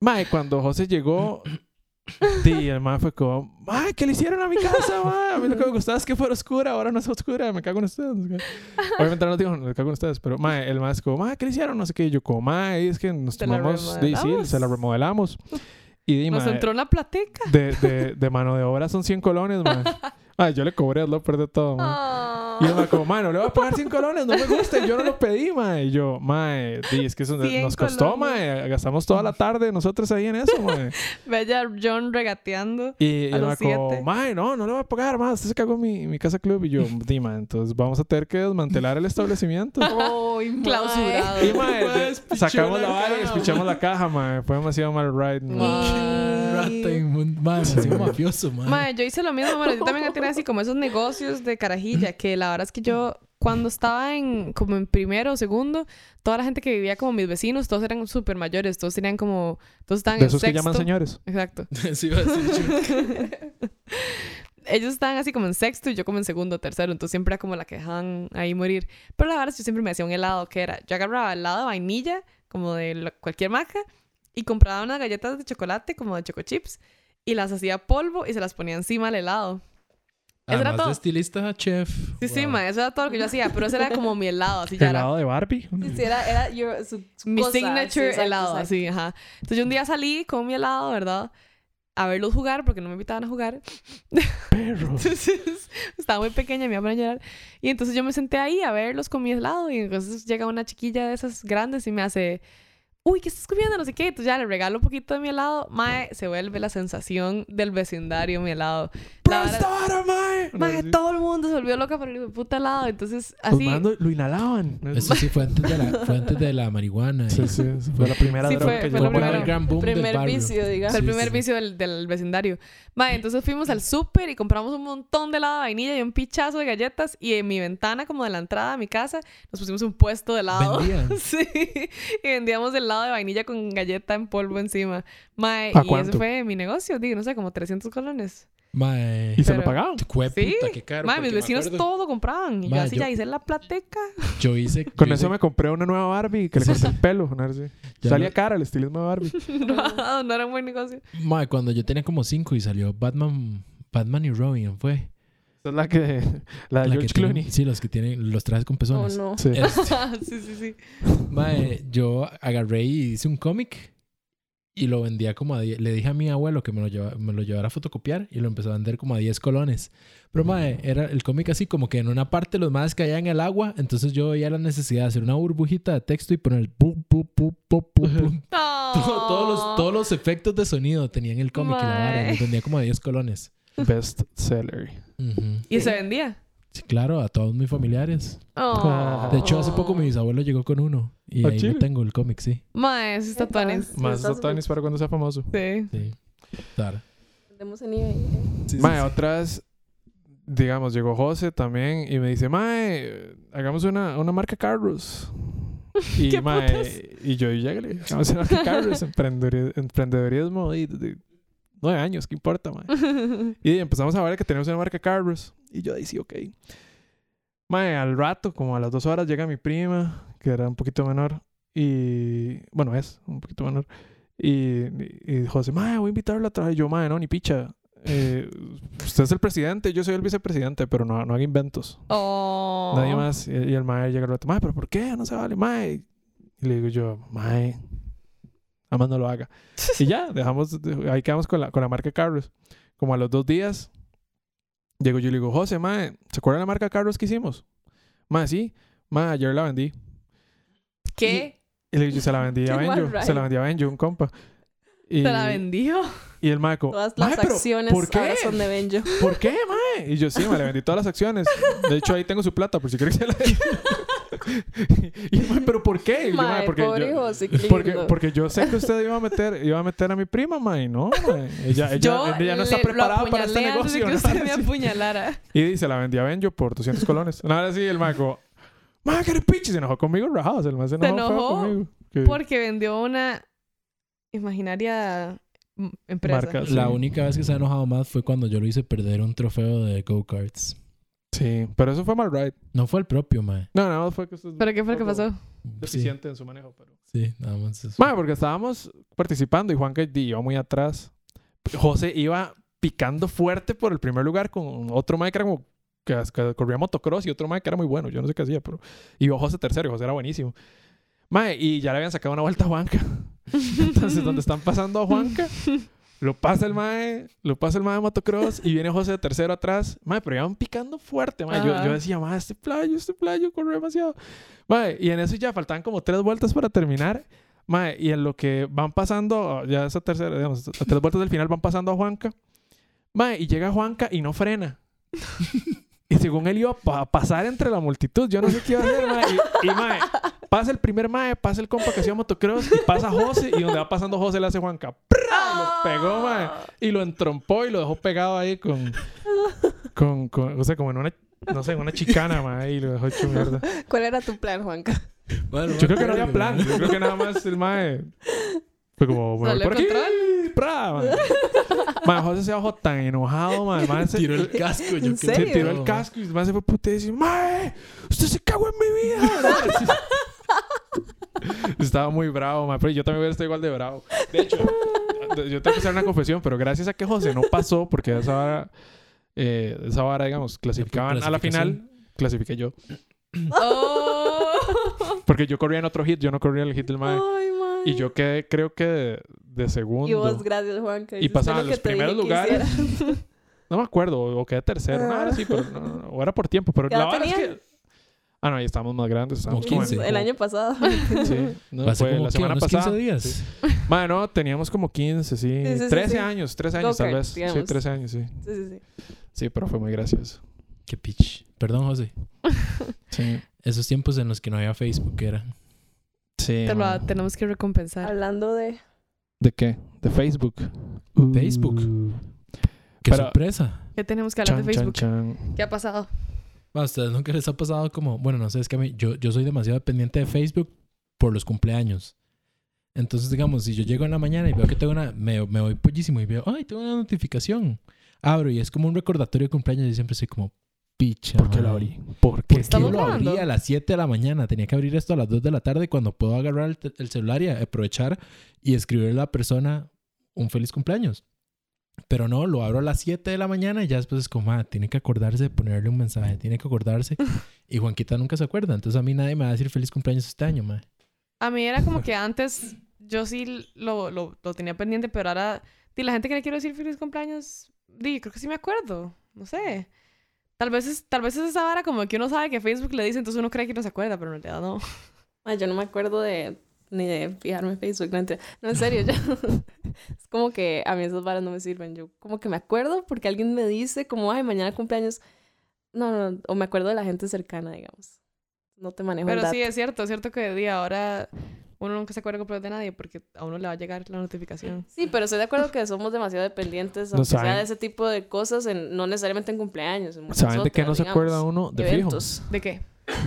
[SPEAKER 4] Mae, cuando José llegó, y el mae fue como, mae, ¿qué le hicieron a mi casa, mae? A mí lo que me gustaba es que fuera oscura, ahora no es oscura, me cago en ustedes. no sé qué. Obviamente no dijo, me cago en ustedes, pero mae, el mae es como, mae, ¿qué le hicieron? No sé qué. Y yo como, mae, es que nos
[SPEAKER 1] Te la
[SPEAKER 4] tomamos, sí, sí,
[SPEAKER 1] remodelamos.
[SPEAKER 4] se la remodelamos. Y di,
[SPEAKER 1] Nos
[SPEAKER 4] mae,
[SPEAKER 1] entró una plateca.
[SPEAKER 4] de, de, de mano de obra son 100 colones, mae. Ay, yo le cobré al López de todo, mae.
[SPEAKER 1] Ah.
[SPEAKER 4] Y yo me como, mae, no le voy a pagar 100 colones, no me gusta, y yo no lo pedí, mae. Y yo, mae, di, es que eso
[SPEAKER 1] 100
[SPEAKER 4] nos costó,
[SPEAKER 1] colones.
[SPEAKER 4] mae. Gastamos toda la tarde nosotros ahí en eso, mae.
[SPEAKER 1] Ve allá John regateando.
[SPEAKER 4] Y
[SPEAKER 1] A
[SPEAKER 4] yo
[SPEAKER 1] los siete.
[SPEAKER 4] como, mae, no, no le voy a pagar más. Usted se cagó en mi, mi casa club. Y yo, dima, entonces vamos a tener que desmantelar el establecimiento.
[SPEAKER 1] Clausurado.
[SPEAKER 4] y mae,
[SPEAKER 3] Mae,
[SPEAKER 4] de-
[SPEAKER 3] despichó
[SPEAKER 4] sacamos
[SPEAKER 3] la
[SPEAKER 4] la vara y
[SPEAKER 3] caja,
[SPEAKER 4] despichamos la caja, mae. Fue demasiado mal ride. mae.
[SPEAKER 1] Mae.
[SPEAKER 3] Rata inmundo. Madre, me siento mafioso, madre.
[SPEAKER 1] Mae, yo hice lo mismo, bueno, yo también tenía así como esos negocios de carajilla, que la verdad es que yo cuando estaba en como en primero o segundo, toda la gente que vivía como mis vecinos, todos eran súper mayores, todos tenían como, todos estaban
[SPEAKER 4] De
[SPEAKER 1] en
[SPEAKER 4] esos que
[SPEAKER 1] sexto.
[SPEAKER 4] llaman señores.
[SPEAKER 1] Exacto.
[SPEAKER 3] Sí, iba a decir yo.
[SPEAKER 1] Ellos estaban así como en sexto y yo como en segundo, tercero, entonces siempre era como la que dejaban ahí morir. Pero la verdad es que yo siempre me hacía un helado, que era, yo agarraba helado de vainilla, como de lo- cualquier marca, y compraba unas galletas de chocolate, como de choco chips, y las hacía polvo y se las ponía encima al helado. Eso era
[SPEAKER 3] Además
[SPEAKER 1] todo.
[SPEAKER 3] de estilista, chef.
[SPEAKER 1] Sí, sí,
[SPEAKER 3] Wow.
[SPEAKER 1] ma, eso era todo lo que yo hacía, pero ese era como mi helado, así ya era
[SPEAKER 4] Helado de Barbie.
[SPEAKER 2] Sí, era, era your- su, su
[SPEAKER 1] mi
[SPEAKER 2] cosa, sí,
[SPEAKER 1] signature
[SPEAKER 2] exacto,
[SPEAKER 1] helado,
[SPEAKER 2] exacto.
[SPEAKER 1] así, ajá. Entonces yo un día salí con mi helado, ¿verdad? A verlos jugar porque no me invitaban a jugar.
[SPEAKER 4] Perro.
[SPEAKER 1] Entonces estaba muy pequeña, me iba a poner a llorar. Y entonces yo me senté ahí a verlos con mi helado y entonces llega una chiquilla de esas grandes y me hace, uy, ¿qué estás comiendo? No sé qué. Entonces ya le regalo un poquito de mi helado. Mae, se vuelve la sensación del vecindario mi helado. La
[SPEAKER 4] ¡Pero
[SPEAKER 1] vara-
[SPEAKER 4] esta vara, mae!
[SPEAKER 1] Mae,
[SPEAKER 4] No, Pues,
[SPEAKER 1] todo el mundo se volvió loca por el puta helado. Entonces
[SPEAKER 4] Los
[SPEAKER 1] así...
[SPEAKER 4] mando- lo inhalaban.
[SPEAKER 3] Eso sí, fue antes de la, fue antes de la marihuana. y-
[SPEAKER 4] Sí, sí, sí, Fue la primera
[SPEAKER 1] Sí,
[SPEAKER 4] droga
[SPEAKER 1] fue- fue
[SPEAKER 4] que
[SPEAKER 3] Fue
[SPEAKER 1] lo
[SPEAKER 4] yo
[SPEAKER 3] como
[SPEAKER 1] primero.
[SPEAKER 3] el gran boom del
[SPEAKER 2] Primer
[SPEAKER 3] barrio.
[SPEAKER 2] vicio, digamos.
[SPEAKER 1] Fue el
[SPEAKER 3] Sí,
[SPEAKER 1] primer
[SPEAKER 3] sí.
[SPEAKER 1] vicio del, del vecindario. Mae, entonces fuimos al súper y compramos un montón de helado de vainilla y un pichazo de galletas. Y en mi ventana, como de la entrada a mi casa, nos pusimos un puesto de helado.
[SPEAKER 3] Vendían.
[SPEAKER 1] Sí. Y vendíamos helado de vainilla con galleta en polvo encima. Mae,
[SPEAKER 4] ¿Pa
[SPEAKER 1] y
[SPEAKER 4] cuánto?
[SPEAKER 1] ese fue mi negocio. Digo, no sé, como 300 colones.
[SPEAKER 3] Mae.
[SPEAKER 4] Y se lo
[SPEAKER 1] Pero-
[SPEAKER 4] pagaban.
[SPEAKER 3] Cue
[SPEAKER 1] Sí.
[SPEAKER 3] eh, puta, qué caro.
[SPEAKER 1] Mae, mis
[SPEAKER 3] porque me
[SPEAKER 1] vecinos
[SPEAKER 3] acuerdo,
[SPEAKER 1] todo lo compraban. Y yo
[SPEAKER 3] Mae,
[SPEAKER 1] así
[SPEAKER 3] yo-
[SPEAKER 1] ya hice la plateca.
[SPEAKER 3] Yo hice. yo
[SPEAKER 4] Con
[SPEAKER 3] hice-
[SPEAKER 4] eso me compré una nueva Barbie que le corté el pelo. una vez así.
[SPEAKER 3] Ya
[SPEAKER 4] Salía
[SPEAKER 3] no-
[SPEAKER 4] cara el estilismo de Barbie.
[SPEAKER 1] no, no era un buen negocio.
[SPEAKER 3] Mae, cuando yo tenía como cinco y salió Batman. Batman y Robin, fue.
[SPEAKER 4] Esa es la que. La de
[SPEAKER 3] La que
[SPEAKER 4] Ah, George
[SPEAKER 3] tienen-
[SPEAKER 4] Clooney.
[SPEAKER 3] sí, los que tienen los trajes con
[SPEAKER 2] Oh,
[SPEAKER 3] pezones.
[SPEAKER 2] no.
[SPEAKER 4] Sí.
[SPEAKER 3] Este,
[SPEAKER 1] sí, sí, sí.
[SPEAKER 3] Mae, yo agarré y hice un cómic y lo vendía como a 10. Le dije a mi abuelo que me lo, lleva- me lo llevara a fotocopiar y lo empezó a vender como a 10 colones. Pero, mae, era el cómic así como que en una parte los madres caían al agua. Entonces yo veía la necesidad de hacer una burbujita de texto y poner pum, pum, pum, pum, pum, pum. Todo- todos, los, todos los efectos de sonido tenían el cómic y la vara.
[SPEAKER 1] Mae.
[SPEAKER 3] Los vendía como a 10 colones.
[SPEAKER 4] Best seller.
[SPEAKER 3] Ujú.
[SPEAKER 1] Y se vendía.
[SPEAKER 3] Sí, claro, a todos mis familiares.
[SPEAKER 1] Oh.
[SPEAKER 3] De hecho, hace poco mi bisabuelo llegó con uno y
[SPEAKER 4] ¿A
[SPEAKER 3] ahí lo
[SPEAKER 4] Chile?
[SPEAKER 3] tengo, el cómic, sí.
[SPEAKER 1] Mae, esos tatuajes.
[SPEAKER 2] Entonces,
[SPEAKER 4] Más
[SPEAKER 2] estás-
[SPEAKER 4] Satanis para cuando sea famoso.
[SPEAKER 1] Sí.
[SPEAKER 3] Sí. Claro.
[SPEAKER 2] Vendemos en eBay, eh.
[SPEAKER 3] Sí, sí,
[SPEAKER 4] Mae,
[SPEAKER 3] sí.
[SPEAKER 4] otras. Digamos, llegó José también y me dice, Mae, eh, hagamos una, una marca Carros. Y
[SPEAKER 1] ¿Qué
[SPEAKER 4] mae,
[SPEAKER 1] putas?
[SPEAKER 4] y yo, y llégale, hagamos una marca Carros, emprendedori- emprendedorismo de, de nueve años, ¿qué importa, mae? Y empezamos a ver que tenemos una marca Carros. Y yo, ahí sí, ok. Mae, al rato, como a las dos horas, llega mi prima, que era un poquito menor. Y. Bueno, es un poquito menor. Y, y José, mae, voy a invitarlo a trabajar. Y yo, mae, no, ni picha. Eh, usted es el presidente, yo soy el vicepresidente, pero no, no haga inventos.
[SPEAKER 1] Oh.
[SPEAKER 4] Nadie más. Y, y el mae llega al rato, mae, pero ¿por qué? No se vale, mae. Y le digo yo, mae, nada más no lo haga. Y ya, dejamos, de- ahí quedamos con la, con la marca Carros. Como a los dos días, llego yo y le digo, José, mae, ¿se acuerdan la marca Carros que hicimos? Mae, sí. Mae, ayer la vendí.
[SPEAKER 1] ¿Qué?
[SPEAKER 4] Y le digo, yo se la vendí
[SPEAKER 2] Qué
[SPEAKER 4] a
[SPEAKER 2] mal
[SPEAKER 4] Benjo.
[SPEAKER 2] ride.
[SPEAKER 4] Se la vendí a Benjo, un compa. Y,
[SPEAKER 1] ¿Te la vendió?
[SPEAKER 4] y el mae como,
[SPEAKER 2] Todas las
[SPEAKER 4] "Mae, pero
[SPEAKER 2] acciones
[SPEAKER 4] ¿por qué?
[SPEAKER 2] ahora son de Benjo.
[SPEAKER 4] ¿Por qué, mae? Y yo, sí, mae, le vendí todas las acciones. De hecho, ahí tengo su plata, por si quieres que se la Y el mae, ¿pero por qué? Y yo, "Mae,
[SPEAKER 2] Mae,
[SPEAKER 4] porque
[SPEAKER 2] pobre
[SPEAKER 4] yo,
[SPEAKER 2] José, qué
[SPEAKER 4] porque,
[SPEAKER 2] lindo.
[SPEAKER 4] porque yo sé que usted iba a meter, iba a meter a mi prima, mae. No, mae. Ella, ella,
[SPEAKER 1] Yo eh,
[SPEAKER 4] ella no está
[SPEAKER 1] le- lo
[SPEAKER 4] preparada para este
[SPEAKER 1] apuñalé antes
[SPEAKER 4] negocio.
[SPEAKER 1] de que
[SPEAKER 4] ¿no?
[SPEAKER 1] usted me apuñalara.
[SPEAKER 4] Y dice, la vendí a Benjo por 200 colones. No, ahora sí, el mae como, mae, que eres pinche. Se enojó conmigo, rajados. El mae se
[SPEAKER 1] Se
[SPEAKER 4] enojó, feo
[SPEAKER 1] enojó
[SPEAKER 4] conmigo. Que-
[SPEAKER 1] Porque vendió una imaginaria mm, empresa.
[SPEAKER 4] Marca.
[SPEAKER 3] La
[SPEAKER 4] Sí.
[SPEAKER 3] única vez que se ha enojado más fue cuando yo lo hice perder un trofeo de go-karts.
[SPEAKER 4] Sí, pero eso fue mal right.
[SPEAKER 3] No fue el propio, mae.
[SPEAKER 4] No, nada más fue que usted es
[SPEAKER 1] ¿Pero qué fue lo que
[SPEAKER 4] poco
[SPEAKER 1] pasó?
[SPEAKER 3] Sí,
[SPEAKER 4] deficiente en su manejo, pero.
[SPEAKER 3] sí, nada más eso.
[SPEAKER 4] Mae, porque estábamos participando y Juan que di, iba muy atrás. José iba picando fuerte por el primer lugar con otro mae que era como que, que corría motocross y otro mae que era muy bueno. Yo no sé qué hacía, pero iba José tercero y José era buenísimo. Mae, y ya le habían sacado una vuelta a Juanca. Entonces, donde están pasando a Juanca, lo pasa el mae, lo pasa el mae de motocross y viene José de tercero atrás. Mae, pero iban picando fuerte, mae. Yo,
[SPEAKER 1] Ajá.
[SPEAKER 4] yo decía, mae, este playo, este playo, corre demasiado. Mae, y en eso ya faltaban como tres vueltas para terminar. Mae, y en lo que van pasando, ya esa tercera, digamos, a tres vueltas del final van pasando a Juanca. Mae, y llega Juanca y no frena. y según él iba a pa- a pasar entre la multitud, yo no sé qué iba a hacer, mae. Y, y, mae, pasa el primer mae, pasa el compa que hacía motocross y pasa José. Y donde va pasando José le hace Juanca.
[SPEAKER 1] Ah.
[SPEAKER 4] ¡prra! Y lo pegó, mae.
[SPEAKER 2] Ah.
[SPEAKER 4] Y lo entrompó y lo dejó pegado ahí con... con, con- o sea, como en una... No sé, en una chicana, mae. Y lo dejó hecho mierda.
[SPEAKER 2] ¿Cuál era tu plan, Juanca?
[SPEAKER 3] Bueno,
[SPEAKER 4] Yo creo
[SPEAKER 3] mae,
[SPEAKER 4] que no había plan. Yo creo que nada más el mae fue como, "Me voy
[SPEAKER 1] Salió
[SPEAKER 4] por aquí.
[SPEAKER 1] control.
[SPEAKER 4] ¡Pra! mae. Mae, José se bajó tan enojado, mae. El mae se-
[SPEAKER 3] Tiró el casco. Yo
[SPEAKER 2] ¿En
[SPEAKER 3] creo.
[SPEAKER 4] se
[SPEAKER 2] serio?
[SPEAKER 4] tiró el casco y el mae se fue puteado y dice, mae, usted se cagó en mi vida. Estaba muy bravo, mae. Pero yo también hubiera estado igual de bravo. De hecho, yo tengo que hacer una confesión, pero gracias a que José no pasó, porque a esa vara, eh, esa vara, digamos, clasificaban a la final, clasifiqué yo.
[SPEAKER 1] ¡Oh!
[SPEAKER 4] Porque yo corría en otro hit, yo no corría el hit del mae.
[SPEAKER 2] Ay, mae.
[SPEAKER 4] Y yo quedé, creo que de, de segundo.
[SPEAKER 2] Y vos, gracias, Juanca.
[SPEAKER 4] Y
[SPEAKER 2] hiciste
[SPEAKER 4] pasaban
[SPEAKER 2] lo
[SPEAKER 4] los
[SPEAKER 2] que te dije
[SPEAKER 4] primeros
[SPEAKER 2] que
[SPEAKER 4] lugares.
[SPEAKER 2] hicieras.
[SPEAKER 4] No me acuerdo, o quedé tercero. No, ahora sí, pero no, no, no, o era por tiempo. Pero
[SPEAKER 2] ¿Qué
[SPEAKER 4] la
[SPEAKER 2] edad
[SPEAKER 4] verdad es
[SPEAKER 2] tenían?
[SPEAKER 4] que. Ah, no, ahí estábamos más grandes. Estábamos
[SPEAKER 3] Como
[SPEAKER 4] como en-
[SPEAKER 3] 15.
[SPEAKER 2] El año pasado.
[SPEAKER 4] Sí, no,
[SPEAKER 3] Pasé
[SPEAKER 4] fue
[SPEAKER 3] como
[SPEAKER 4] la
[SPEAKER 3] que
[SPEAKER 4] semana
[SPEAKER 3] unos 15
[SPEAKER 4] pasada.
[SPEAKER 3] días.
[SPEAKER 4] Sí. Bueno, teníamos como 15, sí.
[SPEAKER 2] Sí, sí, sí,
[SPEAKER 4] 13
[SPEAKER 2] sí.
[SPEAKER 4] años, 13 años tal
[SPEAKER 2] Go-kart,
[SPEAKER 4] vez. Sí,
[SPEAKER 2] digamos.
[SPEAKER 4] 13 años, sí.
[SPEAKER 2] Sí, sí, sí.
[SPEAKER 4] Sí, pero fue muy gracioso.
[SPEAKER 3] Qué pitch. Perdón, José.
[SPEAKER 4] Sí.
[SPEAKER 3] Esos tiempos en los que no había Facebook eran.
[SPEAKER 4] Sí.
[SPEAKER 1] Te lo
[SPEAKER 4] man.
[SPEAKER 1] tenemos que recompensar.
[SPEAKER 2] Hablando de...
[SPEAKER 4] ¿De qué? De Facebook.
[SPEAKER 3] Facebook.
[SPEAKER 4] Uh,
[SPEAKER 3] Qué
[SPEAKER 4] Pero-
[SPEAKER 3] sorpresa.
[SPEAKER 1] Ya tenemos que hablar
[SPEAKER 4] Chan,
[SPEAKER 1] de
[SPEAKER 4] chan,
[SPEAKER 1] Facebook.
[SPEAKER 4] chan.
[SPEAKER 1] ¿Qué ha pasado?
[SPEAKER 3] Ma, ¿A ustedes nunca les ha pasado como, bueno, no sé, es que a mí, yo, yo soy demasiado dependiente de Facebook por los cumpleaños. Entonces, digamos, si yo llego en la mañana y veo que tengo una, me, me voy pollísimo y veo, ay, tengo una notificación. Abro y es como un recordatorio de cumpleaños y siempre soy como, picha.
[SPEAKER 4] ¿Por qué la
[SPEAKER 3] madre.
[SPEAKER 4] abrí? ¿Por
[SPEAKER 3] ¿Por
[SPEAKER 4] qué?
[SPEAKER 3] qué
[SPEAKER 1] Estamos
[SPEAKER 3] lo
[SPEAKER 1] grabando.
[SPEAKER 3] abrí a las 7 de la mañana? Tenía que abrir esto a las 2 de la tarde cuando puedo agarrar el, te- el celular y aprovechar y escribirle a la persona un feliz cumpleaños. Pero no, lo abro a las 7 de la mañana y ya después es como, ah, tiene que acordarse de ponerle un mensaje, tiene que acordarse. Y Juanquita nunca se acuerda, entonces a mí nadie me va a decir feliz cumpleaños este año, ma.
[SPEAKER 1] A mí era como que antes yo sí lo, lo, lo tenía pendiente, pero ahora... Di, la gente que le quiero decir feliz cumpleaños, di, creo que sí me acuerdo. No sé. Tal vez, es, tal vez es esa vara como que uno sabe que Facebook le dice, entonces uno cree que no se acuerda, pero en realidad no.
[SPEAKER 2] Ay, yo no me acuerdo de ni de fijarme en Facebook, no, mentira. no en serio, yo es como que a mí esas varas no me sirven, yo como que me acuerdo porque alguien me dice como, ay, mañana cumpleaños, no, no, no, o me acuerdo de la gente cercana, digamos, no te manejo el
[SPEAKER 1] Pero
[SPEAKER 2] dato.
[SPEAKER 1] sí, es cierto, es cierto que di, ahora uno nunca se acuerda completo de nadie porque a uno le va a llegar la notificación.
[SPEAKER 2] Sí, pero estoy de acuerdo que somos demasiado dependientes,
[SPEAKER 4] No
[SPEAKER 2] aunque sea
[SPEAKER 4] saben.
[SPEAKER 2] de ese tipo de cosas, en- no necesariamente en cumpleaños. en muchas
[SPEAKER 4] ¿Saben de qué
[SPEAKER 2] otras,
[SPEAKER 4] no se
[SPEAKER 2] digamos,
[SPEAKER 4] acuerda uno? De fijo.
[SPEAKER 2] eventos.
[SPEAKER 1] ¿De qué?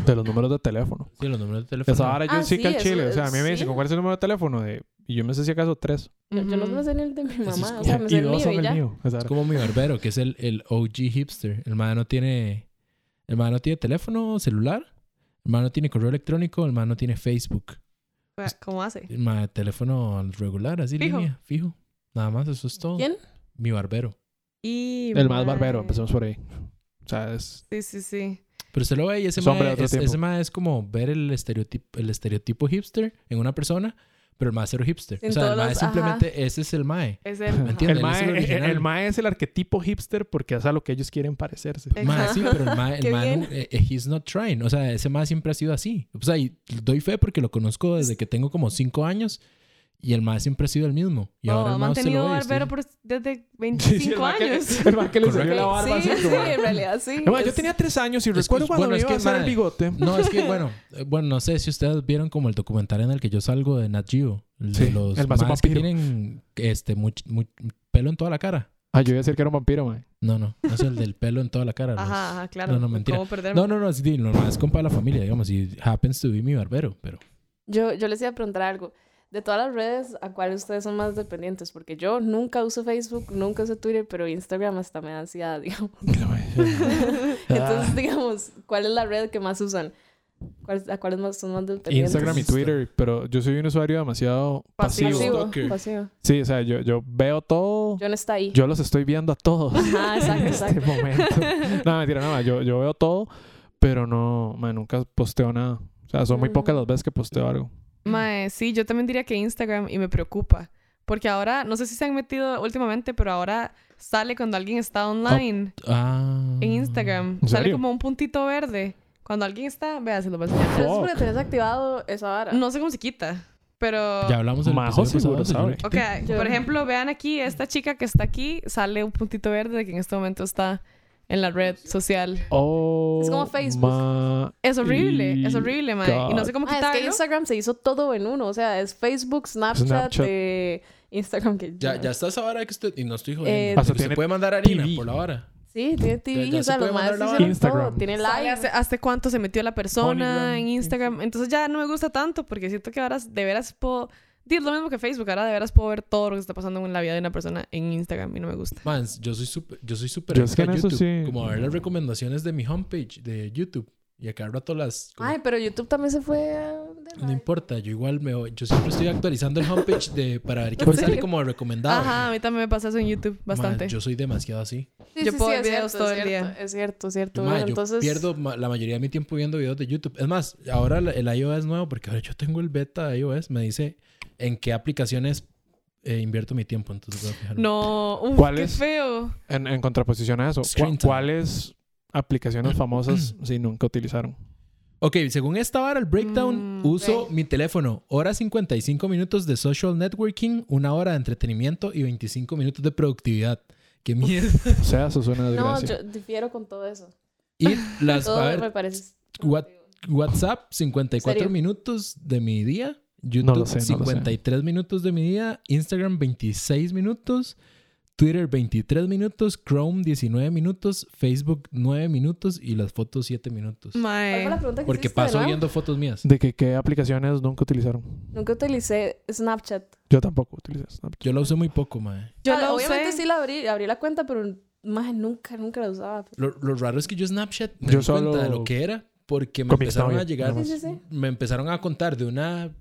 [SPEAKER 4] De los números de teléfono.
[SPEAKER 3] Sí, los números de teléfono.
[SPEAKER 4] Esa vara yo
[SPEAKER 2] Ah,
[SPEAKER 4] sí que
[SPEAKER 2] sí,
[SPEAKER 4] al
[SPEAKER 2] eso
[SPEAKER 4] chile. O sea, a mí me
[SPEAKER 2] es-
[SPEAKER 4] dicen,
[SPEAKER 2] sí.
[SPEAKER 4] ¿cuál es el número de teléfono? De... Y yo me sé si acaso tres.
[SPEAKER 2] Yo no
[SPEAKER 1] Ujú.
[SPEAKER 2] me sé ni el de mi
[SPEAKER 3] Eso es
[SPEAKER 2] mamá, o
[SPEAKER 3] como-
[SPEAKER 2] sea, me sé
[SPEAKER 4] y
[SPEAKER 2] el
[SPEAKER 4] dos
[SPEAKER 2] mío
[SPEAKER 4] son
[SPEAKER 2] y
[SPEAKER 4] el
[SPEAKER 2] ya.
[SPEAKER 4] mío. O sea,
[SPEAKER 3] Es como mi barbero, que es el, el OG hipster. El man no tiene. El man no tiene teléfono celular. El man no tiene correo electrónico. El man no tiene Facebook.
[SPEAKER 1] ¿Cómo hace?
[SPEAKER 3] El man, teléfono al regular, así
[SPEAKER 1] Fijo.
[SPEAKER 3] línea, fijo. Nada más, eso es todo.
[SPEAKER 2] ¿Quién?
[SPEAKER 3] Mi barbero.
[SPEAKER 1] Y
[SPEAKER 4] el más
[SPEAKER 1] mae.
[SPEAKER 4] barbero,
[SPEAKER 3] pues.
[SPEAKER 4] empecemos por ahí. O sea, es...
[SPEAKER 1] Sí, sí, sí.
[SPEAKER 3] Pero usted lo ve y ese
[SPEAKER 4] Es
[SPEAKER 3] man
[SPEAKER 4] hombre de otro
[SPEAKER 3] es,
[SPEAKER 4] tiempo.
[SPEAKER 3] ese mae es como ver el estereotipo, el estereotipo hipster en una persona, pero el mae es cero hipster.
[SPEAKER 2] En
[SPEAKER 3] o sea, el
[SPEAKER 2] todos
[SPEAKER 3] mae
[SPEAKER 2] los-
[SPEAKER 3] simplemente ese es el eh. mae.
[SPEAKER 1] Es el...
[SPEAKER 3] Entiendo. Él es
[SPEAKER 4] El
[SPEAKER 3] el
[SPEAKER 4] mae, eh, el,
[SPEAKER 3] original.
[SPEAKER 4] mae es el arquetipo hipster porque es a lo que ellos quieren parecerse.
[SPEAKER 1] Exacto.
[SPEAKER 3] Mae, sí, pero el mae, el
[SPEAKER 2] Qué
[SPEAKER 3] mae no-
[SPEAKER 2] bien.
[SPEAKER 3] eh, eh, he's not trying. O sea, ese mae siempre ha sido así. O sea, y doy fe porque lo conozco desde que tengo como cinco años y el mae siempre ha sido el mismo. Y
[SPEAKER 1] No,
[SPEAKER 3] ahora el
[SPEAKER 1] han
[SPEAKER 3] mae usted
[SPEAKER 1] mantenido
[SPEAKER 3] lo ve y usted
[SPEAKER 1] barbero
[SPEAKER 3] dice,
[SPEAKER 1] por- desde
[SPEAKER 4] Sí,
[SPEAKER 1] 25
[SPEAKER 4] sí, el mae que-
[SPEAKER 1] años.
[SPEAKER 4] el mae que le salió
[SPEAKER 3] Correcto.
[SPEAKER 4] la barba
[SPEAKER 2] Sí,
[SPEAKER 4] así
[SPEAKER 2] sí,
[SPEAKER 4] como-
[SPEAKER 2] en realidad sí.
[SPEAKER 4] No, mae, yo
[SPEAKER 2] es-
[SPEAKER 4] tenía tres años y
[SPEAKER 3] Es-
[SPEAKER 4] recuerdo
[SPEAKER 3] es-
[SPEAKER 4] cuando
[SPEAKER 3] bueno,
[SPEAKER 4] me
[SPEAKER 3] es
[SPEAKER 4] iba
[SPEAKER 3] que,
[SPEAKER 4] a hacer el
[SPEAKER 3] mae,
[SPEAKER 4] bigote.
[SPEAKER 3] No, es que bueno, eh, bueno, no sé si ustedes vieron como el documental en el que yo salgo de Nat Geo, el de
[SPEAKER 4] Sí,
[SPEAKER 3] los
[SPEAKER 4] el mazo
[SPEAKER 3] maes que
[SPEAKER 4] vampiro.
[SPEAKER 3] tienen este much- much- pelo en toda la cara.
[SPEAKER 4] Ah, yo iba a decir que era un vampiro, mae.
[SPEAKER 3] No, no, no es el del pelo en toda la cara. los-
[SPEAKER 1] Ajá, ajá, claro.
[SPEAKER 3] pues. No, no, mentira.
[SPEAKER 1] ¿Cómo perder?
[SPEAKER 3] No, no, no, es, di- no, no, es compa de la familia, digamos, y happens to be mi barbero, pero
[SPEAKER 2] Yo, yo les iba a preguntar algo. De todas las redes, ¿a cuál ustedes son más dependientes? Porque yo nunca uso Facebook, nunca uso Twitter, pero Instagram hasta me da ansiedad, digamos.
[SPEAKER 4] Ah.
[SPEAKER 2] Entonces, digamos, ¿cuál es la red que más usan? ¿Cuál- ¿A cuáles más son más dependientes?
[SPEAKER 4] Instagram y Twitter, pero yo soy un usuario demasiado pasivo.
[SPEAKER 2] Pasivo,
[SPEAKER 3] Stalker.
[SPEAKER 2] pasivo.
[SPEAKER 4] Sí, o sea, yo, yo veo todo.
[SPEAKER 2] Yo no está ahí.
[SPEAKER 4] Yo los estoy viendo a todos.
[SPEAKER 2] Ajá, exacto,
[SPEAKER 4] en este
[SPEAKER 2] exacto.
[SPEAKER 4] momento. No, mentira, no, ma, yo, yo veo todo, pero no, ma, nunca posteo nada. O sea, son muy
[SPEAKER 2] Ujú.
[SPEAKER 4] pocas las veces que posteo algo.
[SPEAKER 1] Mae, sí, yo también diría que Instagram y me preocupa. Porque ahora, no sé si se han metido últimamente, pero ahora sale cuando alguien está online
[SPEAKER 3] Ah.
[SPEAKER 1] en Instagram.
[SPEAKER 4] ¿En
[SPEAKER 1] Sale
[SPEAKER 4] serio?
[SPEAKER 1] como un puntito verde. Cuando alguien está, vea, se lo va a enseñar.
[SPEAKER 2] Pero eso es porque tenés activado esa vara.
[SPEAKER 1] No sé cómo se quita, pero...
[SPEAKER 3] Ya hablamos del
[SPEAKER 4] Majo
[SPEAKER 3] episodio
[SPEAKER 4] seguro
[SPEAKER 3] pasado, yo
[SPEAKER 4] sabe.
[SPEAKER 3] lo
[SPEAKER 1] Ok,
[SPEAKER 3] quité.
[SPEAKER 2] Yo-
[SPEAKER 1] por ejemplo, vean aquí, esta chica que está aquí, sale un puntito verde de que en este momento está en la red social.
[SPEAKER 4] Oh,
[SPEAKER 2] Es como Facebook.
[SPEAKER 4] ma-
[SPEAKER 1] Es horrible,
[SPEAKER 4] Y-
[SPEAKER 1] es horrible, mae. Y no sé cómo
[SPEAKER 2] Ah, es que
[SPEAKER 1] quitarlo.
[SPEAKER 2] Instagram se hizo todo en uno. O sea, es Facebook, Snapchat,
[SPEAKER 4] Snapchat.
[SPEAKER 2] eh, Instagram. Que
[SPEAKER 3] Ya, ya está esa vara que usted. Y no estoy
[SPEAKER 2] Eh,
[SPEAKER 3] jodiendo.
[SPEAKER 4] O sea,
[SPEAKER 3] se
[SPEAKER 4] tiene
[SPEAKER 3] puede mandar harina
[SPEAKER 4] TV.
[SPEAKER 3] por la vara.
[SPEAKER 2] Sí, tiene TV.
[SPEAKER 3] Ya- ya
[SPEAKER 2] o
[SPEAKER 3] se
[SPEAKER 2] sea,
[SPEAKER 3] puede
[SPEAKER 2] los
[SPEAKER 3] mandar
[SPEAKER 2] más
[SPEAKER 3] la
[SPEAKER 2] hicieron
[SPEAKER 4] vara.
[SPEAKER 2] todo. Tiene
[SPEAKER 1] Sale
[SPEAKER 2] live.
[SPEAKER 1] hace- ¿Hasta cuánto se metió la persona
[SPEAKER 4] Hologram,
[SPEAKER 1] en Instagram? Entonces ya no me gusta tanto porque siento que ahora de veras puedo... Digo, es lo mismo que Facebook, ahora de veras puedo ver todo lo que está pasando en la vida de una persona en Instagram y no me gusta.
[SPEAKER 3] Man, yo soy súper yo soy súper
[SPEAKER 4] Yo es
[SPEAKER 3] adicto
[SPEAKER 4] que
[SPEAKER 3] a
[SPEAKER 4] en eso
[SPEAKER 3] YouTube.
[SPEAKER 4] sí.
[SPEAKER 3] Como a ver las recomendaciones de mi homepage de YouTube. Y a cada rato las... como-
[SPEAKER 2] Ay, pero YouTube también se fue a... de
[SPEAKER 3] no
[SPEAKER 2] live.
[SPEAKER 3] importa, yo igual me voy- Yo siempre estoy actualizando el homepage de, para ver qué me
[SPEAKER 4] Pues sí.
[SPEAKER 3] sale como recomendado.
[SPEAKER 1] Ajá, a mí también me pasa eso en YouTube
[SPEAKER 3] Man,
[SPEAKER 1] bastante.
[SPEAKER 3] yo soy demasiado así.
[SPEAKER 1] Yo puedo ver
[SPEAKER 2] es
[SPEAKER 1] videos
[SPEAKER 2] cierto,
[SPEAKER 1] todo
[SPEAKER 2] es
[SPEAKER 1] el día.
[SPEAKER 2] cierto, Es cierto, es cierto.
[SPEAKER 3] Ma,
[SPEAKER 2] Bueno,
[SPEAKER 3] yo
[SPEAKER 2] entonces...
[SPEAKER 3] pierdo ma- la mayoría de mi tiempo viendo videos de YouTube. Es más, ahora la- el iOS nuevo, porque ahora yo tengo el beta de iOS, me dice en qué aplicaciones eh, invierto mi tiempo. Entonces voy a fijarme.
[SPEAKER 1] No, uf,
[SPEAKER 4] ¿Cuál
[SPEAKER 1] qué
[SPEAKER 4] es?
[SPEAKER 1] feo.
[SPEAKER 4] En, en contraposición a eso, ¿cu-
[SPEAKER 3] Screen time.
[SPEAKER 4] ¿cuáles aplicaciones famosas sí nunca utilizaron?
[SPEAKER 3] Ok, según esta vara, el breakdown,
[SPEAKER 1] Mm,
[SPEAKER 3] uso
[SPEAKER 2] ok.
[SPEAKER 3] mi teléfono, hora 55 minutos de social networking, una hora de entretenimiento y 25 minutos de productividad. ¡Qué mierda!
[SPEAKER 4] O sea, eso suena de
[SPEAKER 2] No,
[SPEAKER 4] desgracia.
[SPEAKER 2] yo difiero con todo eso.
[SPEAKER 3] Y las,
[SPEAKER 2] Todo
[SPEAKER 3] Pues, a
[SPEAKER 2] me
[SPEAKER 3] ver,
[SPEAKER 2] parece...
[SPEAKER 3] what- WhatsApp, 54
[SPEAKER 2] ¿Serio?
[SPEAKER 3] minutos de mi día. YouTube,
[SPEAKER 4] No lo sé, no lo sé.
[SPEAKER 3] 53 minutos de mi día. Instagram, 26 minutos. Twitter, 23 minutos. Chrome, 19 minutos. Facebook, 9 minutos. Y las fotos, 7 minutos.
[SPEAKER 2] ¿Cuál fue
[SPEAKER 1] Mae.
[SPEAKER 2] la pregunta que
[SPEAKER 3] Porque
[SPEAKER 2] hiciste de
[SPEAKER 3] paso
[SPEAKER 2] nuevo?
[SPEAKER 3] viendo fotos mías.
[SPEAKER 4] ¿De que, qué aplicaciones nunca utilizaron?
[SPEAKER 2] Nunca utilicé Snapchat.
[SPEAKER 4] Yo tampoco utilicé Snapchat.
[SPEAKER 3] Yo la uso muy poco, mae.
[SPEAKER 1] Yo
[SPEAKER 2] Ah,
[SPEAKER 1] lo
[SPEAKER 2] Obviamente
[SPEAKER 1] usé.
[SPEAKER 2] sí la abrí, abrí la cuenta, pero más nunca, nunca la usaba.
[SPEAKER 3] Lo, lo raro es que yo Snapchat me
[SPEAKER 4] Yo
[SPEAKER 3] di cuenta
[SPEAKER 4] solo-
[SPEAKER 3] de lo que era. Porque me
[SPEAKER 4] Con mi
[SPEAKER 3] empezaron a
[SPEAKER 4] exnovia,
[SPEAKER 3] llegar...
[SPEAKER 4] nada
[SPEAKER 2] Sí, sí, sí.
[SPEAKER 3] Me empezaron a contar de una...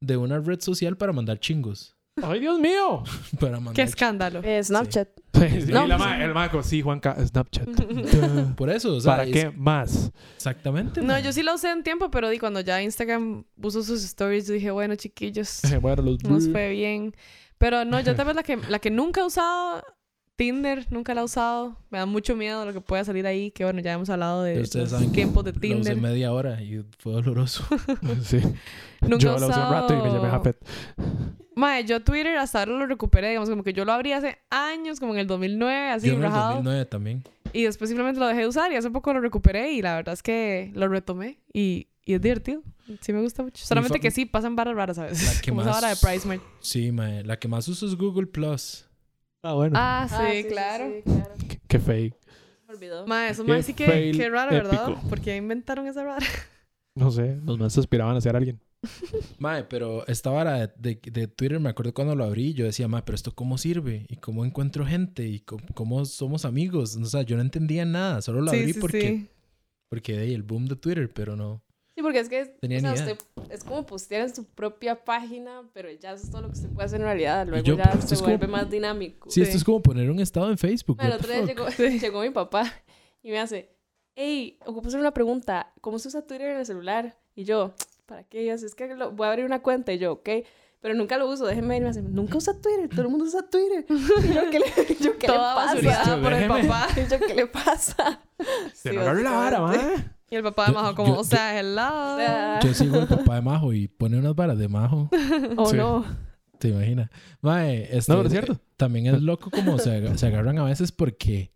[SPEAKER 3] De una red social para mandar chingos.
[SPEAKER 4] ¡Ay, Dios mío!
[SPEAKER 3] Para mandar
[SPEAKER 1] Qué escándalo.
[SPEAKER 2] Eh, Snapchat.
[SPEAKER 4] Sí, sí,
[SPEAKER 2] No,
[SPEAKER 4] y la
[SPEAKER 2] pues-
[SPEAKER 4] ma- el maco, sí, Juanca, Snapchat.
[SPEAKER 3] chingos. Por eso, o sea,
[SPEAKER 4] ¿Para
[SPEAKER 3] es-
[SPEAKER 4] qué más?
[SPEAKER 3] Exactamente.
[SPEAKER 1] No,
[SPEAKER 3] mae.
[SPEAKER 1] yo sí la usé en tiempo, pero di cuando ya Instagram puso sus stories, yo dije, bueno, chiquillos,
[SPEAKER 4] Bueno, los
[SPEAKER 1] nos fue bien. Pero no, yo también la que, la que nunca he usado, Tinder, nunca la he usado. Me da mucho miedo lo que pueda salir ahí, que bueno, ya hemos hablado de
[SPEAKER 3] Ustedes
[SPEAKER 1] los
[SPEAKER 3] saben que
[SPEAKER 1] tiempos de
[SPEAKER 3] Lo usé
[SPEAKER 1] Tinder.
[SPEAKER 3] media hora y fue doloroso.
[SPEAKER 4] Sí.
[SPEAKER 1] Nunca
[SPEAKER 4] Yo
[SPEAKER 1] he
[SPEAKER 4] la
[SPEAKER 1] usado...
[SPEAKER 4] usé un rato y me llamé Jafet.
[SPEAKER 1] Mae, yo Twitter hasta ahora lo recuperé, digamos, como que yo lo abrí hace años, como en el 2009, así,
[SPEAKER 3] Yo en el
[SPEAKER 1] rajado.
[SPEAKER 3] 2009 también.
[SPEAKER 1] Y después simplemente lo dejé de usar y hace poco lo recuperé y la verdad es que lo retomé y, y es divertido. Sí me gusta mucho. Solamente
[SPEAKER 3] fa-
[SPEAKER 1] que sí, pasan varas raras a veces.
[SPEAKER 3] La que
[SPEAKER 1] Como esa
[SPEAKER 3] más-
[SPEAKER 1] vara de Price Mart.
[SPEAKER 3] Sí, mae. La que más uso es Google Plus.
[SPEAKER 4] Ah, bueno.
[SPEAKER 1] Ah, sí,
[SPEAKER 2] Ah,
[SPEAKER 1] claro.
[SPEAKER 2] sí, claro.
[SPEAKER 4] Qué, qué fake.
[SPEAKER 2] Me olvidó.
[SPEAKER 1] Ma, eso
[SPEAKER 4] Qué
[SPEAKER 1] más sí que
[SPEAKER 4] fail
[SPEAKER 1] qué raro, ¿verdad?
[SPEAKER 4] épico.
[SPEAKER 1] Porque inventaron esa rara.
[SPEAKER 4] No sé, los más aspiraban a ser alguien.
[SPEAKER 3] Mae, pero esta vara de, de- de Twitter, me acuerdo cuando lo abrí, yo decía, mae, pero esto cómo sirve y cómo encuentro gente y cómo, cómo somos amigos. O sea, yo no entendía nada, solo lo
[SPEAKER 1] Sí,
[SPEAKER 3] abrí
[SPEAKER 1] sí,
[SPEAKER 3] porque,
[SPEAKER 1] sí.
[SPEAKER 3] porque de ahí, el boom de Twitter, pero no.
[SPEAKER 2] Sí, porque es que o
[SPEAKER 3] Tenía
[SPEAKER 2] sea,
[SPEAKER 3] ni idea.
[SPEAKER 2] usted- es como postear en su propia página, pero ya eso es todo lo que usted puede hacer en realidad. Luego
[SPEAKER 3] yo, pero
[SPEAKER 2] ya
[SPEAKER 3] esto
[SPEAKER 2] se
[SPEAKER 3] es como-
[SPEAKER 2] vuelve más dinámico.
[SPEAKER 3] Sí, esto
[SPEAKER 1] Sí.
[SPEAKER 3] es como poner un estado en Facebook.
[SPEAKER 2] Bueno,
[SPEAKER 3] what
[SPEAKER 2] el
[SPEAKER 3] the
[SPEAKER 2] otro día
[SPEAKER 3] fuck.
[SPEAKER 2] llegó, llegó mi papá y me hace, hey, ocupo hacer una pregunta, ¿cómo se usa Twitter en el celular? Y yo, ¿para qué? Y así es que lo- voy a abrir una cuenta y yo, ok, pero nunca lo uso, déjeme ir. Y me hace, nunca usa Twitter, todo el mundo usa Twitter. Y yo, ¿qué le, yo, ¿qué le
[SPEAKER 1] Toda
[SPEAKER 2] pasa?
[SPEAKER 1] basureada por el
[SPEAKER 4] Déjeme.
[SPEAKER 1] papá.
[SPEAKER 2] Y yo, ¿qué le pasa?
[SPEAKER 4] Se nos abre la vara,
[SPEAKER 2] básicamente.
[SPEAKER 4] ma.
[SPEAKER 1] Y el papá
[SPEAKER 3] Yo-
[SPEAKER 1] de Majo como,
[SPEAKER 3] yo-
[SPEAKER 1] o sea, hello.
[SPEAKER 2] O sea,
[SPEAKER 3] Yo sigo el papá de Majo y pone unas varas de Majo.
[SPEAKER 2] oh
[SPEAKER 4] Sí.
[SPEAKER 2] no.
[SPEAKER 3] ¿Te imaginas? Mae, este,
[SPEAKER 4] No, pero es cierto.
[SPEAKER 3] También es loco como se, aga- se agarran a veces porque,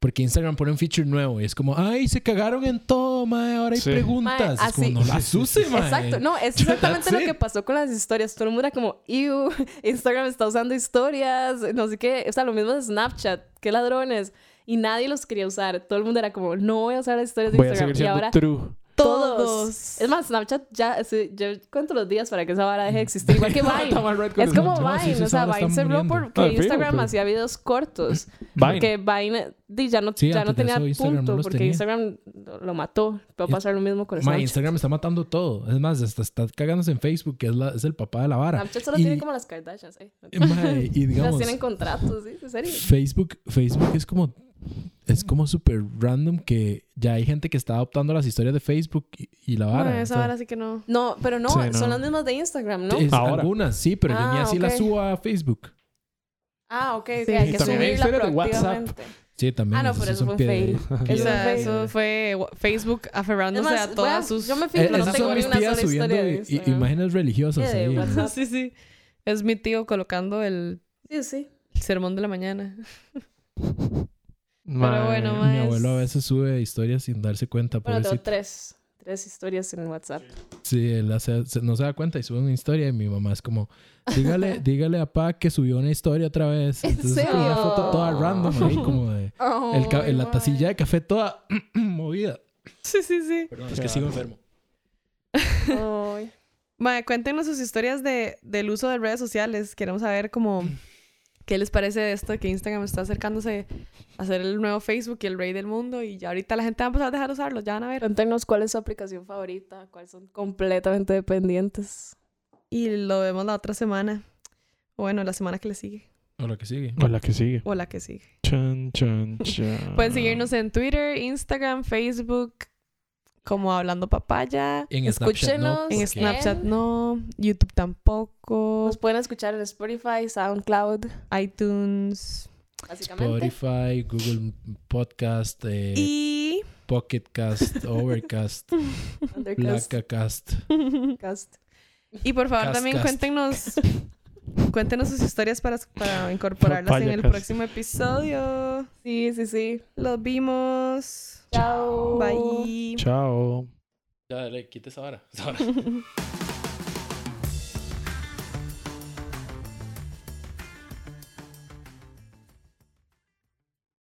[SPEAKER 3] porque Instagram pone un feature nuevo y es como, ay, se cagaron en todo, mae, ahora hay
[SPEAKER 4] Sí.
[SPEAKER 3] preguntas.
[SPEAKER 2] Mae,
[SPEAKER 3] es como,
[SPEAKER 2] así.
[SPEAKER 3] no las use, mae.
[SPEAKER 2] Exacto, no, es exactamente lo
[SPEAKER 3] it.
[SPEAKER 2] que pasó con las historias. Todo el mundo era como, ew, Instagram está usando historias, no sé qué. O sea, lo mismo de Snapchat, qué ladrones. Y nadie los quería usar. Todo el mundo era como, no voy a usar las historias de
[SPEAKER 4] Voy a
[SPEAKER 2] Instagram.
[SPEAKER 4] seguir
[SPEAKER 2] y
[SPEAKER 4] siendo
[SPEAKER 2] ahora,
[SPEAKER 4] true.
[SPEAKER 1] Todos.
[SPEAKER 2] Es más, Snapchat ya, se- yo cuento los días para que esa vara deje de existir.
[SPEAKER 3] Ah,
[SPEAKER 2] Igual que Vine. es como
[SPEAKER 3] No, sí, sí,
[SPEAKER 2] Vine, o
[SPEAKER 3] esa
[SPEAKER 2] sea,
[SPEAKER 3] vara
[SPEAKER 2] Vine
[SPEAKER 3] está
[SPEAKER 2] se habló
[SPEAKER 3] muriendo.
[SPEAKER 2] porque
[SPEAKER 4] Ah, fijo,
[SPEAKER 2] Instagram
[SPEAKER 3] pues.
[SPEAKER 4] pero-
[SPEAKER 2] hacía videos cortos.
[SPEAKER 4] Vine.
[SPEAKER 2] Porque Vine di, ya no,
[SPEAKER 3] Sí,
[SPEAKER 2] ya no
[SPEAKER 3] antes de
[SPEAKER 2] tenía
[SPEAKER 3] eso Instagram no
[SPEAKER 2] punto,
[SPEAKER 3] los
[SPEAKER 2] porque
[SPEAKER 3] tenía.
[SPEAKER 2] Instagram lo, lo mató. Va a
[SPEAKER 3] Y-
[SPEAKER 2] pasar lo mismo con
[SPEAKER 3] Ma,
[SPEAKER 2] Snapchat.
[SPEAKER 3] Instagram está matando todo. Es más, hasta está cagándose en Facebook, que es, la- es el papá de la vara.
[SPEAKER 2] Snapchat solo
[SPEAKER 3] Y-
[SPEAKER 2] tiene como las Kardashians. ¿eh?
[SPEAKER 3] Ma, y
[SPEAKER 2] Las
[SPEAKER 3] digamos,
[SPEAKER 2] tienen contratos, ¿sí? ¿En serio?
[SPEAKER 3] Facebook, Facebook es como es como súper random que ya hay gente que está adoptando las historias de Facebook y, y
[SPEAKER 2] Ah,
[SPEAKER 3] la vara.
[SPEAKER 1] Bueno,
[SPEAKER 3] o
[SPEAKER 1] esa
[SPEAKER 3] sea,
[SPEAKER 1] vara sí que no.
[SPEAKER 2] No, pero no,
[SPEAKER 4] Sí, no.
[SPEAKER 2] son las mismas de Instagram, ¿no?
[SPEAKER 3] es-
[SPEAKER 4] Ahora.
[SPEAKER 3] Algunas, sí, pero yo ni
[SPEAKER 2] Ah,
[SPEAKER 3] así las
[SPEAKER 2] ok.
[SPEAKER 3] subo a Facebook.
[SPEAKER 2] Ah, ok, ok,
[SPEAKER 1] Sí.
[SPEAKER 2] hay
[SPEAKER 1] Y
[SPEAKER 2] que
[SPEAKER 4] también hay
[SPEAKER 2] subirla
[SPEAKER 4] historias de WhatsApp.
[SPEAKER 2] proactivamente.
[SPEAKER 3] Sí, también.
[SPEAKER 2] Ah, no,
[SPEAKER 3] esas
[SPEAKER 2] pero
[SPEAKER 3] sí
[SPEAKER 2] eso
[SPEAKER 3] son
[SPEAKER 2] fue un
[SPEAKER 3] pie de-
[SPEAKER 2] fail.
[SPEAKER 3] Ajá.
[SPEAKER 1] O
[SPEAKER 2] Eso
[SPEAKER 1] sea,
[SPEAKER 2] fue-
[SPEAKER 1] eso fue wa- Facebook
[SPEAKER 2] Es
[SPEAKER 1] aferrándose
[SPEAKER 2] más,
[SPEAKER 1] a todas
[SPEAKER 2] voy a-
[SPEAKER 1] sus...
[SPEAKER 2] yo me
[SPEAKER 3] Eh,
[SPEAKER 2] fijo, no
[SPEAKER 3] esas
[SPEAKER 2] tengo
[SPEAKER 3] son
[SPEAKER 2] ni
[SPEAKER 3] mis
[SPEAKER 2] una sola
[SPEAKER 3] tías
[SPEAKER 2] historia
[SPEAKER 3] subiendo
[SPEAKER 2] de
[SPEAKER 3] i- i-
[SPEAKER 2] Instagram.
[SPEAKER 3] imágenes religiosas.
[SPEAKER 2] Sí, de
[SPEAKER 3] ahí.
[SPEAKER 2] WhatsApp.
[SPEAKER 1] sí, sí. Es mi tío colocando el
[SPEAKER 2] Sí, sí.
[SPEAKER 1] sermón de la mañana.
[SPEAKER 4] Mae.
[SPEAKER 1] Pero bueno, mae.
[SPEAKER 3] Mi abuelo a veces sube historias sin darse cuenta.
[SPEAKER 2] Bueno, tengo
[SPEAKER 3] pobrecito.
[SPEAKER 2] tres. Tres historias en WhatsApp.
[SPEAKER 3] Sí, él hace- se- no se da cuenta y sube una historia y mi mamá es como, dígale, dígale a Pa que subió una historia otra vez.
[SPEAKER 2] ¿En
[SPEAKER 3] Entonces es como una
[SPEAKER 2] serio?
[SPEAKER 3] foto toda random ahí, como de el ca- la tacilla de café toda movida.
[SPEAKER 1] Sí, sí, sí.
[SPEAKER 3] Perdón, es que sigo enfermo.
[SPEAKER 2] Ay.
[SPEAKER 1] Mae, cuéntenos sus historias de, del uso de redes sociales. Queremos saber cómo... ¿Qué les parece de esto? de Que Instagram está acercándose a ser el nuevo Facebook y el rey del mundo. Y ya ahorita la gente va a empezar a dejar de usarlo. Ya van a ver.
[SPEAKER 2] Cuéntenos cuál es su aplicación favorita, cuáles son completamente dependientes.
[SPEAKER 1] Y lo vemos la otra semana. O Bueno, la semana que le sigue.
[SPEAKER 3] O lo que sigue.
[SPEAKER 4] O la que sigue.
[SPEAKER 1] O la que sigue.
[SPEAKER 4] Chan, chan, chan.
[SPEAKER 3] Ah.
[SPEAKER 1] Pueden seguirnos en Twitter, Instagram, Facebook, como Hablando Papaya.
[SPEAKER 3] En Snapchat,
[SPEAKER 2] Escúchenos
[SPEAKER 3] no,
[SPEAKER 1] En
[SPEAKER 3] porque-
[SPEAKER 1] Snapchat no, YouTube tampoco,
[SPEAKER 2] Nos pueden escuchar en Spotify, SoundCloud,
[SPEAKER 1] iTunes
[SPEAKER 2] básicamente.
[SPEAKER 3] Spotify, Google Podcast, eh,
[SPEAKER 1] y...
[SPEAKER 3] Pocket Cast, Overcast,
[SPEAKER 2] Undercast,
[SPEAKER 3] Blackacast.
[SPEAKER 2] Cast.
[SPEAKER 1] Y por favor
[SPEAKER 3] Cast,
[SPEAKER 1] también
[SPEAKER 3] cast.
[SPEAKER 1] cuéntenos cuéntenos sus historias para, para incorporarlas en el
[SPEAKER 4] Papayacast.
[SPEAKER 1] próximo episodio.
[SPEAKER 2] Sí, sí, sí.
[SPEAKER 1] Los vimos.
[SPEAKER 2] Chao.
[SPEAKER 1] Bye.
[SPEAKER 2] Oh.
[SPEAKER 4] Chao.
[SPEAKER 3] Ya, dale, quita esa vara. Esa vara.